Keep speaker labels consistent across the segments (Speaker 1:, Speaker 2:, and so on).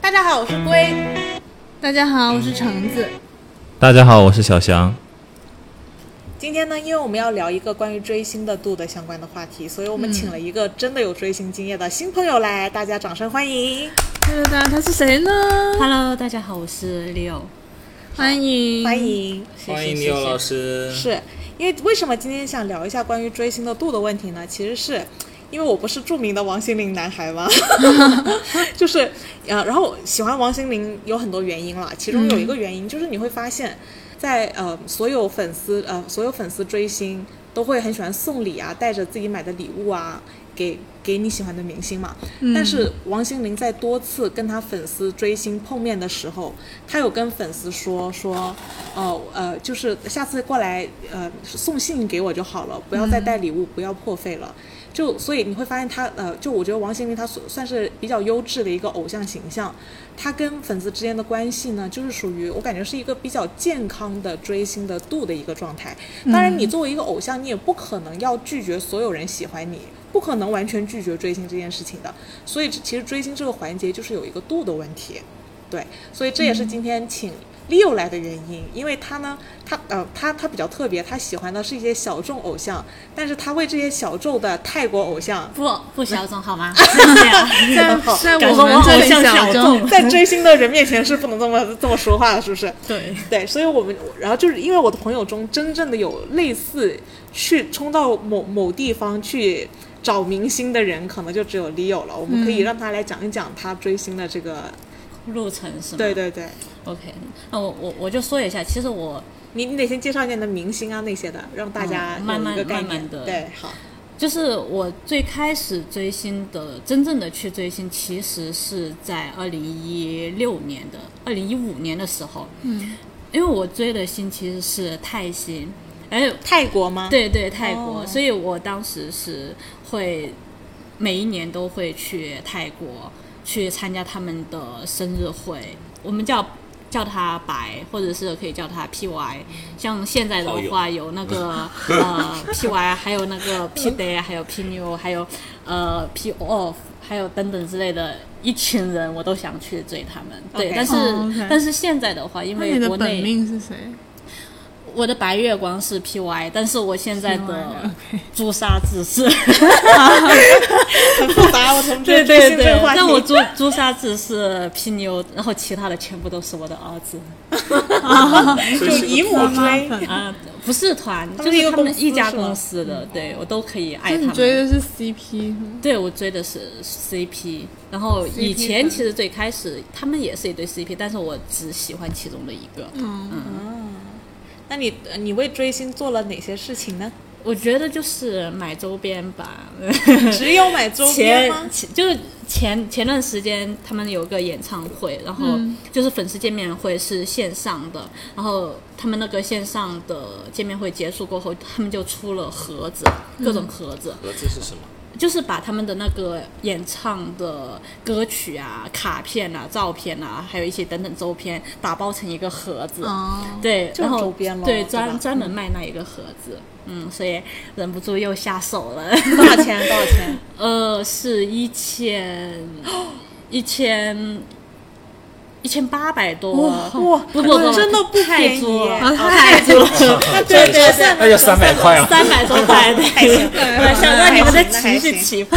Speaker 1: 大家好，我是龟。大家好，我是橙子。
Speaker 2: 大家好，我是小翔。
Speaker 3: 今天呢，因为我们要聊一个关于追星的度的相关的话题，所以我们请了一个真的有追星经验的新朋友来，大家掌声欢迎！
Speaker 1: 大家他是谁呢？
Speaker 4: Hello，大家好，我是 Leo。
Speaker 1: 欢迎，
Speaker 3: 欢。迎！
Speaker 4: 谢谢
Speaker 2: 欢迎
Speaker 4: 谢
Speaker 2: 李
Speaker 4: 谢
Speaker 2: 友老师。
Speaker 3: 是因为为什么今天想聊一下关于追星的度的问题呢？其实是因为我不是著名的王心凌男孩吗？ 就是呃，然后喜欢王心凌有很多原因啦，其中有一个原因就是你会发现在，呃所有粉丝呃所有粉丝追星都会很喜欢送礼啊，带着自己买的礼物啊。给给你喜欢的明星嘛，但是王心凌在多次跟她粉丝追星碰面的时候，她有跟粉丝说说，哦呃，就是下次过来呃送信给我就好了，不要再带礼物，不要破费了。就所以你会发现她呃，就我觉得王心凌她算算是比较优质的一个偶像形象，她跟粉丝之间的关系呢，就是属于我感觉是一个比较健康的追星的度的一个状态。当然，你作为一个偶像，你也不可能要拒绝所有人喜欢你，不可能完全拒绝追星这件事情的。所以这其实追星这个环节就是有一个度的问题，对，所以这也是今天请 Leo 来的原因，因为他呢，他呃，他他比较特别，他喜欢的是一些小众偶像，但是他为这些小众的泰国偶像。
Speaker 4: 不不小众好吗？是这样，
Speaker 1: 在在
Speaker 4: 感
Speaker 1: 我
Speaker 4: 觉
Speaker 1: 们这里
Speaker 4: 像
Speaker 1: 小众，
Speaker 3: 在追星的人面前是不能这么这么说话的，是不是？
Speaker 4: 对，
Speaker 3: 对，所以我们然后就是因为我的朋友中真正的有类似去冲到某某地方去找明星的人，可能就只有 Leo 了。我们可以让他来讲一讲他追星的这个，
Speaker 4: 路程是吗？
Speaker 3: 对对对，
Speaker 4: ，OK。那我我我就说一下，其实我
Speaker 3: 你你得先介绍一下你的明星啊那些的，让大家
Speaker 4: 嗯慢
Speaker 3: 有一
Speaker 4: 慢
Speaker 3: 个概念。
Speaker 4: 慢慢地
Speaker 3: 对，好，
Speaker 4: 就是我最开始追星的，真正的去追星，其实是在二零一六年的二零一五年的时候。嗯，因为我追的星其实是泰星，哎，
Speaker 3: 泰国吗？，
Speaker 4: 对对，泰国，
Speaker 3: 哦
Speaker 4: 所以我当时是会每一年都会去泰国去参加他们的生日会，我们叫叫他白，或者是可以叫他 PY。像现在的
Speaker 2: 好友
Speaker 4: 话，有那 个呃 PY，还有那个 P Day，还有 P New，还有呃 P Off。还有等等之类的一群人，我都想去追他们。对
Speaker 3: OK
Speaker 4: 但是、
Speaker 1: 哦，OK
Speaker 4: 但是现在的话，因
Speaker 1: 那
Speaker 4: 为
Speaker 1: 你的
Speaker 4: 国
Speaker 1: 本
Speaker 4: 内
Speaker 1: 命是谁？
Speaker 4: 我的白月光是 PY，但是我现在的朱砂 痣是，
Speaker 3: 很复杂，我从
Speaker 4: 对
Speaker 3: 追
Speaker 4: 对
Speaker 3: 星这个
Speaker 4: 对，
Speaker 3: 话题
Speaker 4: 但我朱朱砂痣是 P 妞，然后其他的全部都是我的儿子
Speaker 3: 就以母追，
Speaker 4: 啊，不是团，
Speaker 3: 他
Speaker 4: 就
Speaker 3: 们是一
Speaker 4: 是
Speaker 3: 个
Speaker 4: 他们
Speaker 3: 公司
Speaker 4: 一家
Speaker 3: 是吗
Speaker 4: 公司的，对我都可以爱
Speaker 1: 就
Speaker 4: 他
Speaker 1: 哎你
Speaker 4: 们。
Speaker 1: 追的是 CP 是吗
Speaker 4: 对我追的是 CP，然后以
Speaker 1: CP
Speaker 4: 前
Speaker 1: 粉
Speaker 4: 其实最开始他们也是一对 CP，但是我只喜欢其中的一个。
Speaker 3: 嗯那你你为追星做了哪些事情呢？
Speaker 4: 我觉得就是买周边 吧，
Speaker 3: 只有买周边
Speaker 4: 前
Speaker 3: 吗？
Speaker 4: 前就是前前段时间他们有个演唱会，然后
Speaker 3: 嗯
Speaker 4: 就是粉丝见面会是线上的，然后他们那个线上的见面会结束过后，他们就出了盒子，各
Speaker 3: 嗯
Speaker 4: 种盒子，
Speaker 2: 盒子是什么？
Speaker 4: 就是把他们的那个演唱的歌曲啊、卡片啊、照片啊，还有一些等等周边打包成一个盒子，
Speaker 1: 哦，
Speaker 4: 对，
Speaker 3: 嗯就是
Speaker 4: 然后
Speaker 3: 周边咯
Speaker 4: 对
Speaker 3: 对吧
Speaker 4: 专专门卖那一个盒子，嗯，所以忍不住又下手了。
Speaker 3: 多少钱？多少钱？
Speaker 4: 呃，是一千一千一千八百多，
Speaker 3: 哇
Speaker 4: 不过
Speaker 3: 真的不便
Speaker 4: 太
Speaker 3: 宜
Speaker 4: 多
Speaker 3: 耶
Speaker 4: 了，
Speaker 1: 啊
Speaker 4: 太多了，对
Speaker 3: 哎
Speaker 4: 对对，
Speaker 2: 那就哎三百块了。
Speaker 4: 三百多块的，想让你们的情绪起伏。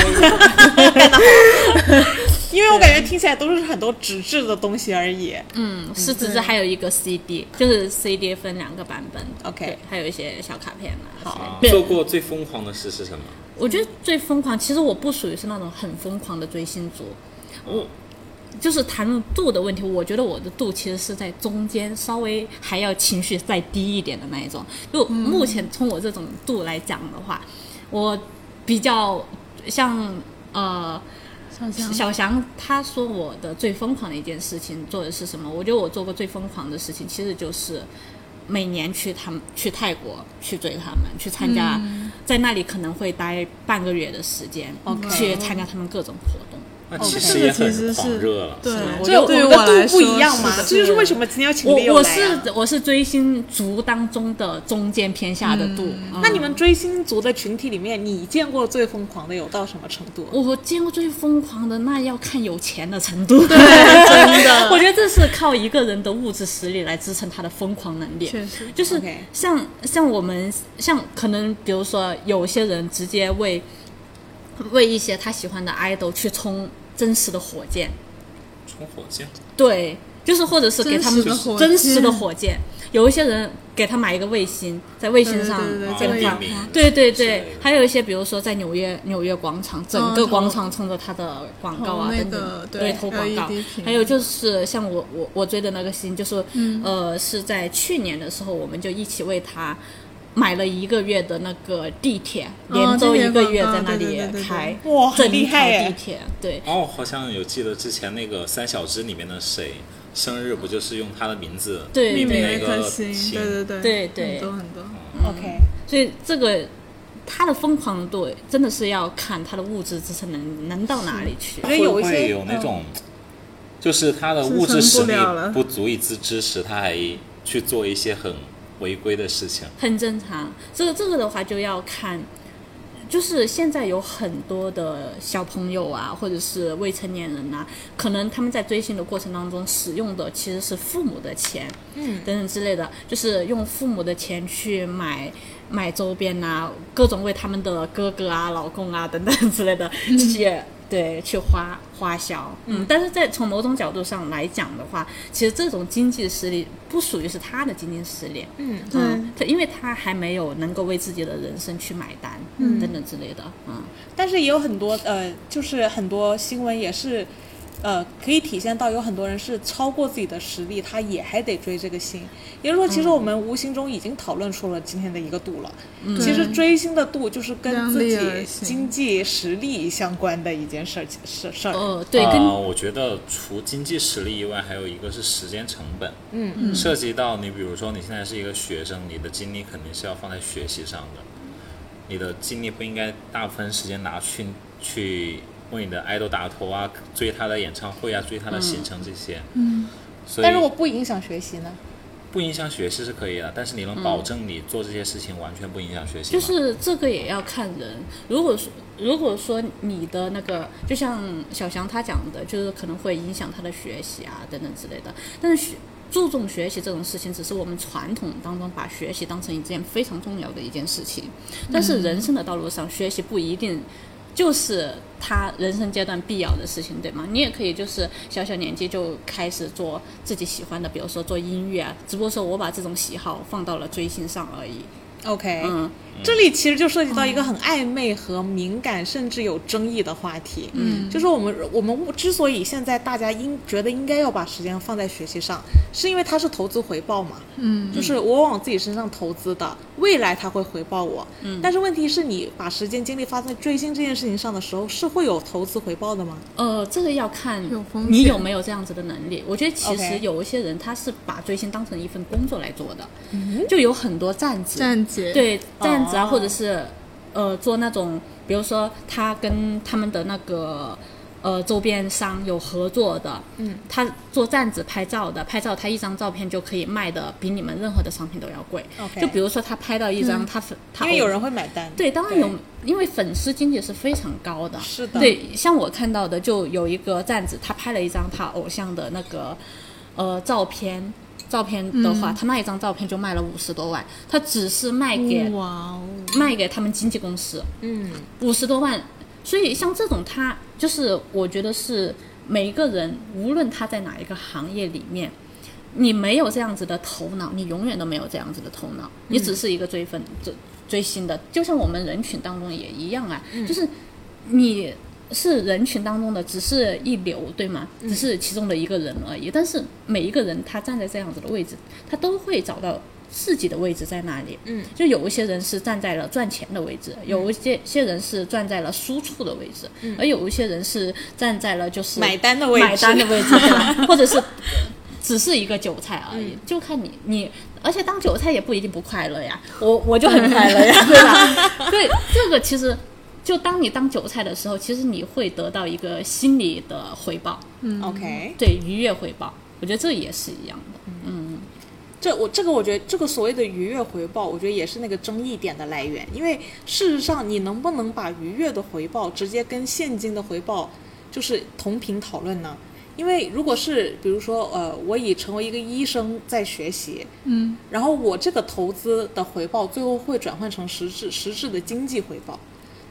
Speaker 3: 因为我感觉听起来都是很多纸质的东西而已。
Speaker 4: 嗯，是只是还有一个 CD，就是 CD 分两个版本
Speaker 3: OK
Speaker 4: 对还有一些小卡片啊。
Speaker 3: 好
Speaker 4: 对
Speaker 2: 做过最疯狂的事是什么？
Speaker 4: 我觉得最疯狂，其实我不属于是那种很疯狂的追星族，
Speaker 2: 我
Speaker 4: 就是谈论度的问题，我觉得我的度其实是在中间，稍微还要情绪再低一点的那一种。就目前从我这种度来讲的话，我比较像呃
Speaker 1: 小翔
Speaker 4: 小翔他说我的最疯狂的一件事情做的是什么？我觉得我做过最疯狂的事情其实就是每年去他们去泰国去追他们，去参加、在那里可能会待半个月的时间
Speaker 3: OK
Speaker 4: 去参加他们各种活动。
Speaker 2: 那
Speaker 1: 哦这
Speaker 2: 其实
Speaker 1: 个
Speaker 2: 也
Speaker 1: 其实是
Speaker 2: 很狂热了，
Speaker 1: 对
Speaker 2: 是吗
Speaker 1: 我
Speaker 3: 这
Speaker 1: 觉得
Speaker 3: 我
Speaker 1: 对于
Speaker 3: 们
Speaker 1: 我来
Speaker 3: 的度
Speaker 1: 说
Speaker 3: 不一样嘛
Speaker 1: 是，的
Speaker 3: 这就是为什么今天要请
Speaker 4: 我
Speaker 3: Leo
Speaker 4: 我
Speaker 3: 来啊
Speaker 4: 是我是追星族当中的中间偏下的度。嗯
Speaker 3: 那你们追星族的群体里面，你见过最疯狂的有到什么程度？
Speaker 4: 我见过最疯狂的，那要看有钱的程度。对，
Speaker 1: 真的
Speaker 4: 我觉得这是靠一个人的物质实力来支撑他的疯狂能力。
Speaker 1: 确实
Speaker 4: 就是
Speaker 3: OK
Speaker 4: 像像我们像可能比如说有些人直接为为一些他喜欢的 idol 去冲真实的火箭，
Speaker 2: 冲火箭，
Speaker 4: 对，就是或者是给他
Speaker 1: 真实
Speaker 4: 们
Speaker 1: 的火箭
Speaker 4: 真实的火箭，有一些人给他买一个卫星，在卫星上
Speaker 1: 对
Speaker 2: 啊
Speaker 1: 这个
Speaker 2: 地
Speaker 1: 也
Speaker 2: 名
Speaker 1: 狂
Speaker 4: 对对
Speaker 2: 之类
Speaker 4: 对
Speaker 2: 的，
Speaker 4: 还有一些，比如说在纽约纽约广场，整个
Speaker 1: 投
Speaker 4: 广场冲着它的广告啊
Speaker 1: 嗯投那
Speaker 4: 等
Speaker 1: 个对
Speaker 4: 等，对投广告
Speaker 1: LED 屏。嗯
Speaker 4: 还有就是像我我我追的那个星，就是呃是在去年的时候，我们就一起为他买了一个月的那个地铁，
Speaker 1: 哦
Speaker 4: 连州
Speaker 1: 地铁
Speaker 4: 一个月
Speaker 1: 广告
Speaker 4: 在那
Speaker 1: 对
Speaker 4: 里
Speaker 1: 对对对
Speaker 4: 开，
Speaker 3: 对哇很
Speaker 4: 整
Speaker 3: 厉
Speaker 4: 一
Speaker 3: 害
Speaker 4: 条
Speaker 3: 耶
Speaker 4: 地铁，对，
Speaker 2: 哦，好像有记得之前那个三小只里面的谁生日不就是用他的名字
Speaker 4: 对
Speaker 1: 命名
Speaker 2: 定
Speaker 1: 了
Speaker 2: 了
Speaker 1: 一
Speaker 2: 一
Speaker 1: 颗
Speaker 2: 个
Speaker 1: 星，
Speaker 2: 星
Speaker 1: 对对对
Speaker 4: 对对
Speaker 1: 很多很多。
Speaker 3: OK，
Speaker 4: 所以这个他的疯狂度真的是要看他的物质支撑能能到哪里去
Speaker 3: 我。觉得有
Speaker 2: 会
Speaker 3: 一
Speaker 2: 不
Speaker 3: 些呃
Speaker 2: 会有那种，就是他的物质
Speaker 1: 支撑
Speaker 2: 实
Speaker 1: 不
Speaker 2: 力
Speaker 1: 了了
Speaker 2: 不足以支支持他还去做一些很违规的事情？
Speaker 4: 很正常。这个这个的话就要看，就是现在有很多的小朋友啊，或者是未成年人呐、啊可能他们在追星的过程当中使用的其实是父母的钱，嗯，等等之类的，就是用父母的钱去买。买周边呐、各种为他们的哥哥啊、老公啊等等之类的这些，对，去花花销。嗯，但是在从某种角度上来讲的话，其实这种经济实力不属于是他的经济实力，
Speaker 3: 嗯，
Speaker 4: 嗯，他因为他还没有能够为自己的人生去买单，嗯，等等之类的，嗯，
Speaker 3: 但是也有很多呃，就是很多新闻也是，呃，可以体现到有很多人是超过自己的实力，他也还得追这个星。也就是说，其实我们无形中已经讨论出了今天的一个度了。其实追星的度就是跟
Speaker 1: 嗯量
Speaker 3: 自
Speaker 1: 力
Speaker 3: 己
Speaker 1: 而行
Speaker 3: 经济实力相关的一件事儿事事儿。
Speaker 1: 嗯
Speaker 4: 哦，对，
Speaker 2: 啊、
Speaker 4: 跟
Speaker 2: 我觉得除经济实力以外，还有一个是时间成本。嗯嗯，涉及到你，比如说你现在是一个学生，你的精力肯定是要放在学习上的，你的精力不应该大部分时间拿去去为你的爱豆打 call 啊，追他的演唱会啊，追他的行程这些。嗯，所以
Speaker 3: 但如果不影响学习呢？
Speaker 2: 不影响学习是可以的，但是你能保证你做这些事情完全不影响学习
Speaker 4: 就
Speaker 2: 吗？
Speaker 4: 是这个也要看人。如果说如果说你的那个，就像小翔他讲的，就是可能会影响他的学习啊等等之类的。但是学注重学习这种事情，只是我们传统当中把学习当成一件非常重要的一件事情。但是人生的道路上，学习不一定。就是他人生阶段必要的事情，对吗？你也可以就是小小年纪就开始做自己喜欢的，比如说做音乐啊，只不过说我把这种喜好放到了追星上而已。
Speaker 3: OK，、
Speaker 4: 嗯
Speaker 3: 这里其实就涉及到一个很暧昧和敏感，甚至有争议的话题。嗯，就是我们我们之所以现在大家应觉得应该要把时间放在学习上，是因为它是投资回报嘛。
Speaker 1: 嗯，
Speaker 3: 就是我往自己身上投资的，未来它会回报我。嗯，但是问题是你把时间精力花在追星这件事情上的时候，是会有投资回报的吗？
Speaker 4: 呃，这个要看
Speaker 1: 有风险
Speaker 4: 你有没有这样子的能力。我觉得其实
Speaker 3: OK
Speaker 4: 有一些人他是把追星当成一份工作来做的，就有很多站子，
Speaker 1: 站姐，
Speaker 4: 对站
Speaker 3: 嗯
Speaker 4: 子啊，
Speaker 3: 哦
Speaker 4: 或者是呃做那种，比如说他跟他们的那个呃周边商有合作的，嗯，他做站子拍照的，拍照他一张照片就可以卖的比你们任何的商品都要贵。
Speaker 3: OK 嗯
Speaker 4: 就比如说他拍到一张，他粉他
Speaker 3: 因为有
Speaker 4: 偶
Speaker 3: 人会买单。
Speaker 4: 对，当然有，因为粉丝经济是非常高的。
Speaker 3: 是的
Speaker 4: 对，像我看到的，就有一个站子，他拍了一张他偶像的那个呃照片。照片的话，他那一张照片就卖了五十多万，他只是卖给
Speaker 1: 哇哦，
Speaker 4: 卖给他们经纪公司，
Speaker 3: 嗯，
Speaker 4: 五十多万。所以像这种他，就是我觉得是每一个人，无论他在哪一个行业里面，你没有这样子的头脑，你永远都没有这样子的头脑，你只是一个追分追追星的，就像我们人群当中也一样啊，就是你。是人群当中的，只是一流，对吗？只是其中的一个人而已。但是每一个人，他站在这样子的位置，他都会找到自己的位置在那里。嗯，就有一些人是站在了赚钱的位置，有一些些人是站在了输出的位置，而有一些人是站在了就是
Speaker 3: 买单的位置
Speaker 4: 买单的位置，对吧或者是只是一个韭菜而
Speaker 3: 嗯
Speaker 4: 已，就看你你，而且
Speaker 3: 嗯
Speaker 4: 当韭菜也不一定不快乐呀，我我就很快乐呀，对吧？对，这个其实就当你当韭菜的时候，其实你会得到一个心理的回报，
Speaker 3: OK，
Speaker 4: 对愉悦回报。我觉得这也是一样的。嗯，
Speaker 3: 这我这个我觉得这个所谓的愉悦回报，我觉得也是那个争议点的来源，因为事实上你能不能把愉悦的回报直接跟现金的回报就是同频讨论呢？因为如果是比如说呃，我以成为一个医生在学习，
Speaker 1: 嗯，
Speaker 3: 然后我这个投资的回报最后会转换成实质实质的经济回报，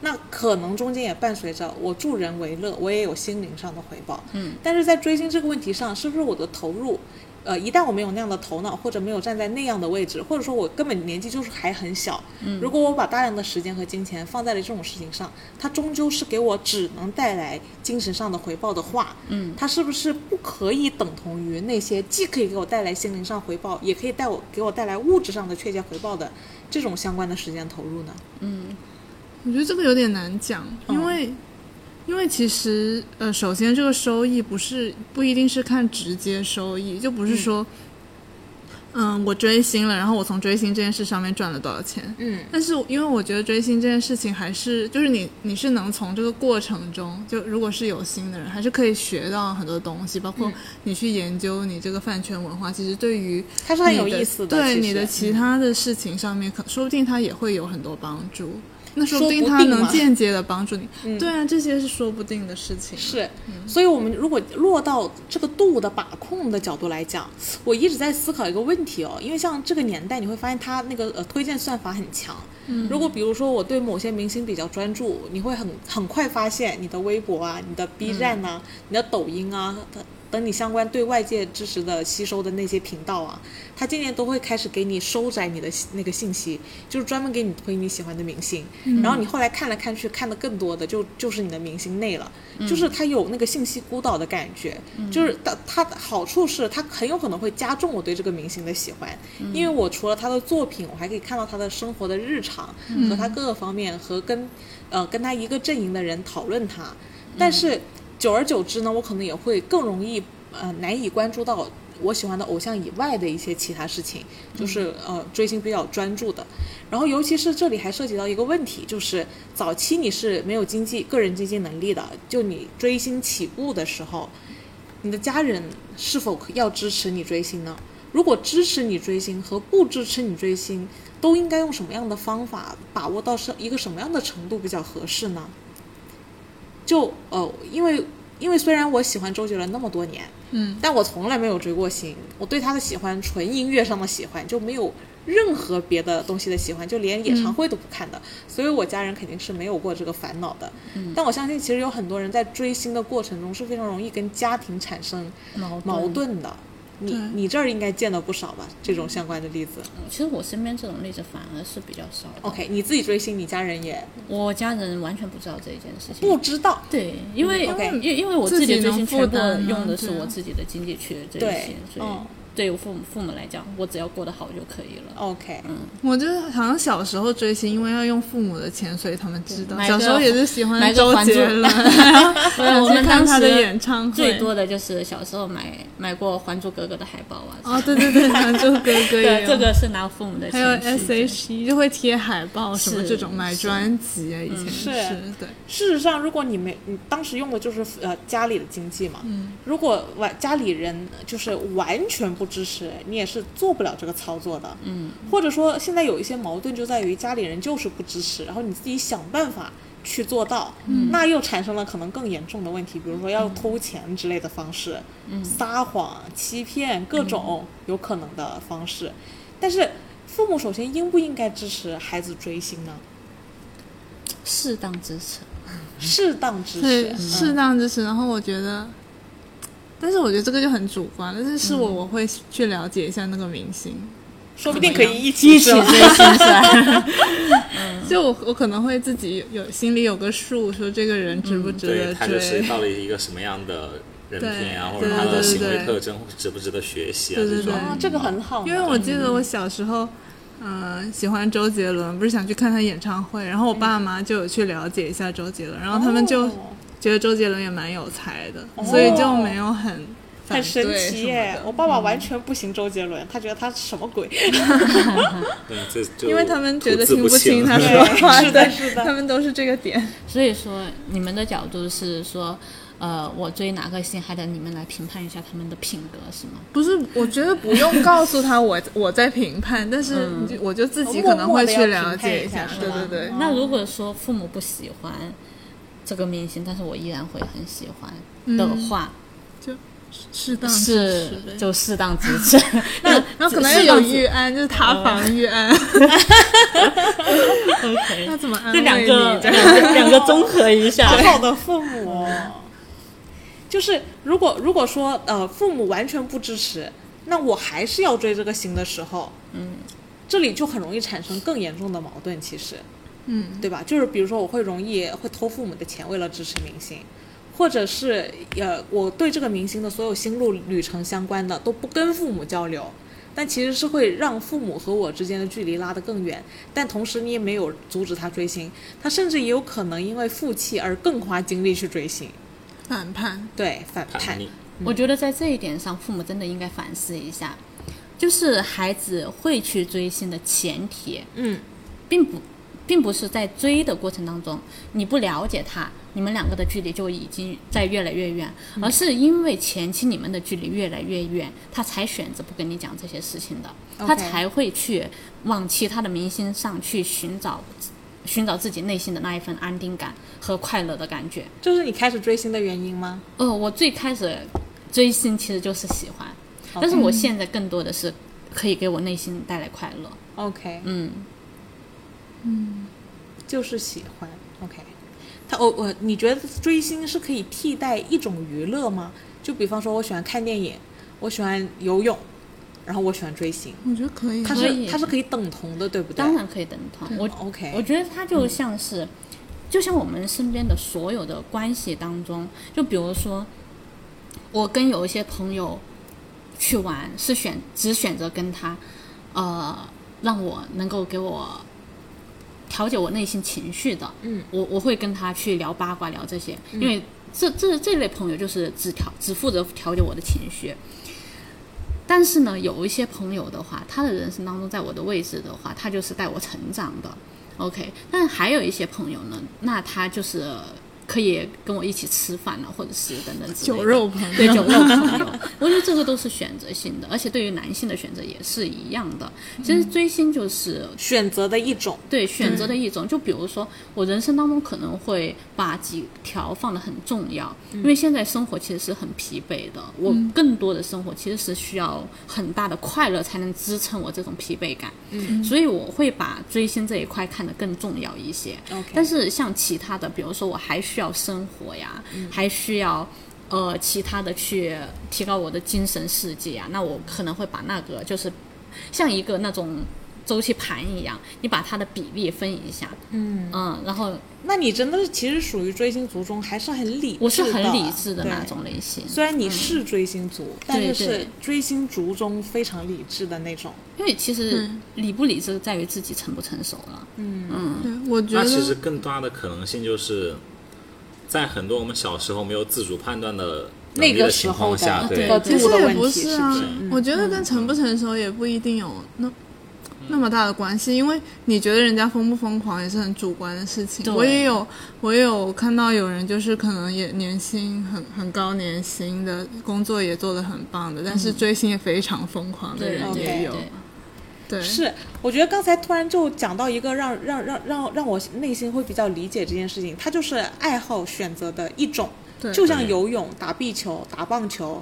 Speaker 3: 那可能中间也伴随着我助人为乐，我也有心灵上的回报。
Speaker 4: 嗯，
Speaker 3: 但是在追星这个问题上，是不是我的投入，呃，一旦我没有那样的头脑，或者没有站在那样的位置，或者说我根本年纪就是还很小，嗯，如果我把大量的时间和金钱放在了这种事情上，它终究是给我只能带来精神上的回报的话，
Speaker 4: 嗯，
Speaker 3: 它是不是不可以等同于那些既可以给我带来心灵上回报，也可以带我给我带来物质上的确切回报的这种相关的时间投入呢？
Speaker 1: 我觉得这个有点难讲，
Speaker 3: 哦
Speaker 1: 因为、因为其实呃，首先这个收益不是不一定是看直接收益，就不是说，嗯、我追星了，然后我从追星这件事上面赚了多少钱。
Speaker 3: 嗯
Speaker 1: 但是因为我觉得追星这件事情还是就是你你是能从这个过程中，就如果是有心的人，还是可以学到很多东西，包
Speaker 3: 嗯
Speaker 1: 括你去研究你这个饭圈文化，其实对于
Speaker 3: 它是很有意思
Speaker 1: 的，对
Speaker 3: 其
Speaker 1: 你的
Speaker 3: 实
Speaker 1: 其他的事情上面，可说不定它也会有很多帮助。那说不定
Speaker 3: 说不
Speaker 1: 它
Speaker 3: 定嘛
Speaker 1: 能间接的帮助 你。
Speaker 4: 嗯
Speaker 1: 对啊，这些是说不定的事情。
Speaker 3: 是，所以我们如果落到这个度的把控的角度来讲，我一直在思考一个问题哦，因为像这个年代，你会发现它那个呃推荐算法很强。嗯，如果比如说我对某些明星比较专注，你会很很快发现你的微博啊、你的 B 站呐、你的抖音啊，它等你相关对外界知识的吸收的那些频道啊，它渐渐都会开始给你收窄你的信那个信息，就是专门给你推你喜欢的明星。然后你后来看来看去，看的更多的就就是你的明星内了，就是它有那个信息孤岛的感觉。就是它它的好处是它很有可能会加重我对这个明星的喜欢，因为我除了他的作品，我还可以看到他的生活的日常和他各个方面和跟呃跟他一个阵营的人讨论他，但是久而久之呢，我可能也会更容易呃难以关注到我喜欢的偶像以外的一些其他事情，就是呃追星比较专注的。然后尤其是这里还涉及到一个问题，就是早期你是没有经济个人经济能力的，就你追星起步的时候，你的家人是否可要支持你追星呢？如果支持你追星和不支持你追星，都应该用什么样的方法把握到是一个什么样的程度比较合适呢？就呃，因为因为虽然我喜欢周杰伦那么多年，
Speaker 1: 嗯，
Speaker 3: 但我从来没有追过星，我对他的喜欢纯音乐上的喜欢，就没有任何别的东西的喜欢，就连演唱会都不看的，所以我家人肯定是没有过这个烦恼的。但我相信，其实有很多人在追星的过程中是非常容易跟家庭产生
Speaker 4: 矛
Speaker 3: 矛盾的。你
Speaker 1: 对
Speaker 3: 你这儿应该见到不少吧？这种相关的例子。
Speaker 4: 其实我身边这种例子反而是比较少的。
Speaker 3: OK，你自己追星，你家人也
Speaker 4: 我家人完全不知道这一件事情。
Speaker 3: 不知道。
Speaker 4: 对，因为因
Speaker 3: OK
Speaker 4: 为因为我
Speaker 1: 自
Speaker 4: 嗯自己
Speaker 1: 己
Speaker 4: 追
Speaker 1: 能
Speaker 4: 星
Speaker 1: 负
Speaker 4: 全部
Speaker 1: 担吗
Speaker 4: 用的是
Speaker 1: 对啊
Speaker 4: 我自己的经济去追
Speaker 3: 对
Speaker 4: 星，所以
Speaker 3: 嗯
Speaker 4: 对我父母父母来讲，我只要过得好就可以了。
Speaker 3: OK，
Speaker 1: 我就是好像小时候追星，因为要用父母的钱，所以他们知道。
Speaker 4: 买
Speaker 1: 小
Speaker 4: 个
Speaker 1: 时候也是喜
Speaker 4: 买
Speaker 1: 欢
Speaker 4: 个
Speaker 1: 周
Speaker 4: 还珠
Speaker 1: 杰伦， 然后
Speaker 4: 啊我们
Speaker 1: 看
Speaker 4: 当
Speaker 1: 他的
Speaker 4: 时
Speaker 1: 演唱会。
Speaker 4: 最多的就是小时候买买过《还珠格格》的海报啊，
Speaker 1: 哦，对对对，还珠格格也
Speaker 4: 对，哦
Speaker 1: 有。
Speaker 4: 这个是拿父母的
Speaker 1: 还有
Speaker 4: 钱去
Speaker 1: S H E 就会贴海报什么
Speaker 4: 是
Speaker 1: 这种买
Speaker 4: 是嗯
Speaker 1: 专辑啊，以前
Speaker 3: 是
Speaker 1: 对，
Speaker 3: 事实上，如果你没你当时用的就是呃家里的经济嘛，嗯，如果完家里人就是完全不支持，你也是做不了这个操作的，嗯，或者说现在有一些矛盾就在于家里人就是不支持，然后你自己想办法去做到，嗯，那又产生了可能更严重的问题，比如说要偷钱之类的方式，嗯，撒谎、欺骗各种有可能的方式，但是父母首先应不应该支持孩子追星呢？
Speaker 4: 适当支 持。
Speaker 3: 适当支持嗯
Speaker 1: 对，，适当支持。然后我觉得，但是我觉得这个就很主观了。但是是
Speaker 3: 嗯
Speaker 1: 我，我会去了解一下那个明星，
Speaker 3: 说不定可以一
Speaker 4: 一
Speaker 3: 起
Speaker 4: 起
Speaker 3: 是
Speaker 4: 追
Speaker 3: 吧
Speaker 4: 星是吧？
Speaker 3: 嗯
Speaker 1: 就我我可能会自己有有心里有个数，说这个人值不值
Speaker 3: 嗯
Speaker 2: 对
Speaker 1: 得
Speaker 2: 他就是
Speaker 1: 追。
Speaker 2: 到了一个什么样的人品啊，
Speaker 1: 对
Speaker 2: 或者他
Speaker 1: 对对
Speaker 2: 的
Speaker 1: 对
Speaker 2: 行为
Speaker 1: 对
Speaker 2: 特征值不值得学习啊
Speaker 1: 对对
Speaker 2: 这
Speaker 1: 对
Speaker 2: 种
Speaker 3: 啊，这个很好呢，
Speaker 1: 因为我记得我小时候。嗯，喜欢周杰伦，不是想去看他演唱会，然后我爸妈就有去了解一下周杰伦，然后他们就
Speaker 3: 嗯哦
Speaker 1: 觉得周杰伦也蛮有才的，所以就没有很
Speaker 3: 很神奇
Speaker 1: 对
Speaker 3: 嗯
Speaker 1: 什么
Speaker 3: 耶
Speaker 1: 的！
Speaker 3: 我爸爸完全不行周杰伦，他觉得他什么鬼？
Speaker 2: 对，这就
Speaker 1: 因为他们觉得
Speaker 2: 吐字
Speaker 1: 听清
Speaker 2: 不
Speaker 1: 他
Speaker 2: 了
Speaker 1: 说
Speaker 3: 对啊
Speaker 1: 话，
Speaker 3: 是的
Speaker 1: 对
Speaker 3: 是的
Speaker 1: 他们都是这个点。
Speaker 4: 所以说，你们的角度是说，呃，我追哪个星，还得你们来评判一下他们的品格，是吗？
Speaker 1: 不是，我觉得不用告诉他我我在评判，但是你就我就自己可能会去了
Speaker 3: 默默地要评
Speaker 1: 解
Speaker 3: 判一下是
Speaker 1: 对
Speaker 3: 吧
Speaker 1: 对对，
Speaker 4: 那如果说父母不喜欢这个明星，但是我依然会很喜欢的话，
Speaker 1: 适嗯当
Speaker 4: 是就适当支持。
Speaker 1: 那那可能要有预案，就是塌房预案，
Speaker 4: OK，
Speaker 1: 那怎么安慰
Speaker 4: 这
Speaker 1: 你？
Speaker 4: 两个两个两个综合一 下
Speaker 3: 好，好的父母哦，就是如果如果说呃父母完全不支持，那我还是要追这个星的时候，嗯，这里就很容易产生更严重的矛盾，其实，
Speaker 1: 嗯，
Speaker 3: 对吧？就是比如说我会容易会偷父母的钱，为了支持明星。或者是呃，我对这个明星的所有心路旅程相关的都不跟父母交流，但其实是会让父母和我之间的距离拉得更远。但同时你也没有阻止他追星，他甚至也有可能因为负气而更花精力去追星，
Speaker 1: 反叛，
Speaker 3: 对反叛
Speaker 2: 叛。逆。
Speaker 4: 我觉得在这一点上，父母真的应该反思一下，就是孩子会去追星的前提，
Speaker 3: 嗯，
Speaker 4: 并不，并不是在追的过程当中，你不了解他，你们两个的距离就已经在越来越远，
Speaker 3: 嗯
Speaker 4: 而是因为前期你们的距离越来越远，他才选择不跟你讲这些事情的，他
Speaker 3: OK
Speaker 4: 才会去往其他的明星上去寻找。寻找自己内心的那一份安定感和快乐的感觉。
Speaker 3: 这是你开始追星的原因吗？
Speaker 4: 哦，我最开始追星其实就是喜欢，但是
Speaker 3: 嗯
Speaker 4: 我现在更多的是可以给我内心带来快乐。
Speaker 3: OK，
Speaker 4: 嗯，
Speaker 3: 就是喜欢。OK，他我我你觉得追星是可以替代一种娱乐吗？就比方说，我喜欢看电影，我喜欢游泳，然后我喜欢追星，
Speaker 1: 我觉得可以
Speaker 3: 它
Speaker 4: 可
Speaker 3: 是
Speaker 4: 以
Speaker 3: 它是可以等同的，对不对？嗯
Speaker 4: 当然可以等同。我
Speaker 3: OK
Speaker 4: 我觉得它就像是，就像我们身边的所有的关系当中，就比如说，我跟有一些朋友去玩，是选只选择跟他，呃，让我能够给我调节我内心情绪的，
Speaker 3: 嗯，
Speaker 4: 我我会跟他去聊八卦，聊这些，
Speaker 1: 嗯
Speaker 4: 因为这这这类朋友就是只调只负责调节我的情绪。但是呢，有一些朋友的话，他的人生当中，在我的位置的话，他就是带我成长的，OK。但还有一些朋友呢，那他就是可以跟我一起吃饭啊了，或者是等等之类的
Speaker 1: 酒肉朋友
Speaker 4: 对酒肉朋友。我觉得这个都是选择性的，而且对于男性的选择也是一样的。其
Speaker 1: 嗯
Speaker 4: 实追星就是
Speaker 3: 选择的一种。
Speaker 4: 对选择的一种。就比如说，我人生当中可能会把几条放得很重要，因为现在生活其实是很疲惫的，我更多的生活其实是需要很大的快乐才能支撑我这种疲惫感。嗯，所以我会把追星这一块看得更重要一些。
Speaker 3: OK
Speaker 4: 但是像其他的，比如说我还需要生活呀，还需要。呃，其他的去提高我的精神世界啊，那我可能会把那个就是像一个那种周期盘一样，你把它的比例分一下，嗯然后
Speaker 3: 那你真的是其实属于追星族中还是很理智的，
Speaker 4: 我是很理智的
Speaker 3: 对
Speaker 4: 那种。类型，
Speaker 3: 虽然你是追星族，但是
Speaker 4: 对
Speaker 3: 是
Speaker 4: 对
Speaker 3: 追星族中非常理智的那种。
Speaker 4: 因为其实理不理智在于自己成不成熟了，嗯
Speaker 1: 对，我觉
Speaker 2: 那其
Speaker 1: 得
Speaker 2: 实更大的可能性就是，在很多我们小时候没有自主判断的能
Speaker 3: 那
Speaker 2: 力
Speaker 3: 个
Speaker 2: 的
Speaker 3: 时
Speaker 2: 情
Speaker 3: 候
Speaker 2: 况下，嗯
Speaker 3: 的
Speaker 4: 啊对
Speaker 3: 的
Speaker 1: 其
Speaker 3: 度
Speaker 1: 实
Speaker 3: 的
Speaker 1: 也
Speaker 3: 问
Speaker 1: 不
Speaker 3: 题是
Speaker 1: 啊
Speaker 3: 不是？，嗯
Speaker 1: 我觉得跟成不成熟也不一定有那。那么大的关系，因为你觉得人家疯不疯狂也是很主观的事情。
Speaker 4: 对
Speaker 1: 我也有，我也有看到有人就是可能也年薪很很高，年薪的工作也做得很棒的，但是追星也非常疯狂的人
Speaker 3: 嗯对
Speaker 1: 哦也有。
Speaker 4: 对
Speaker 1: 对，
Speaker 3: 是，我觉得刚才突然就讲到一个让让让让让我内心会比较理解这件事情，它就是爱好选择的一种，
Speaker 1: 对
Speaker 3: 就像游泳、打壁球、打棒球，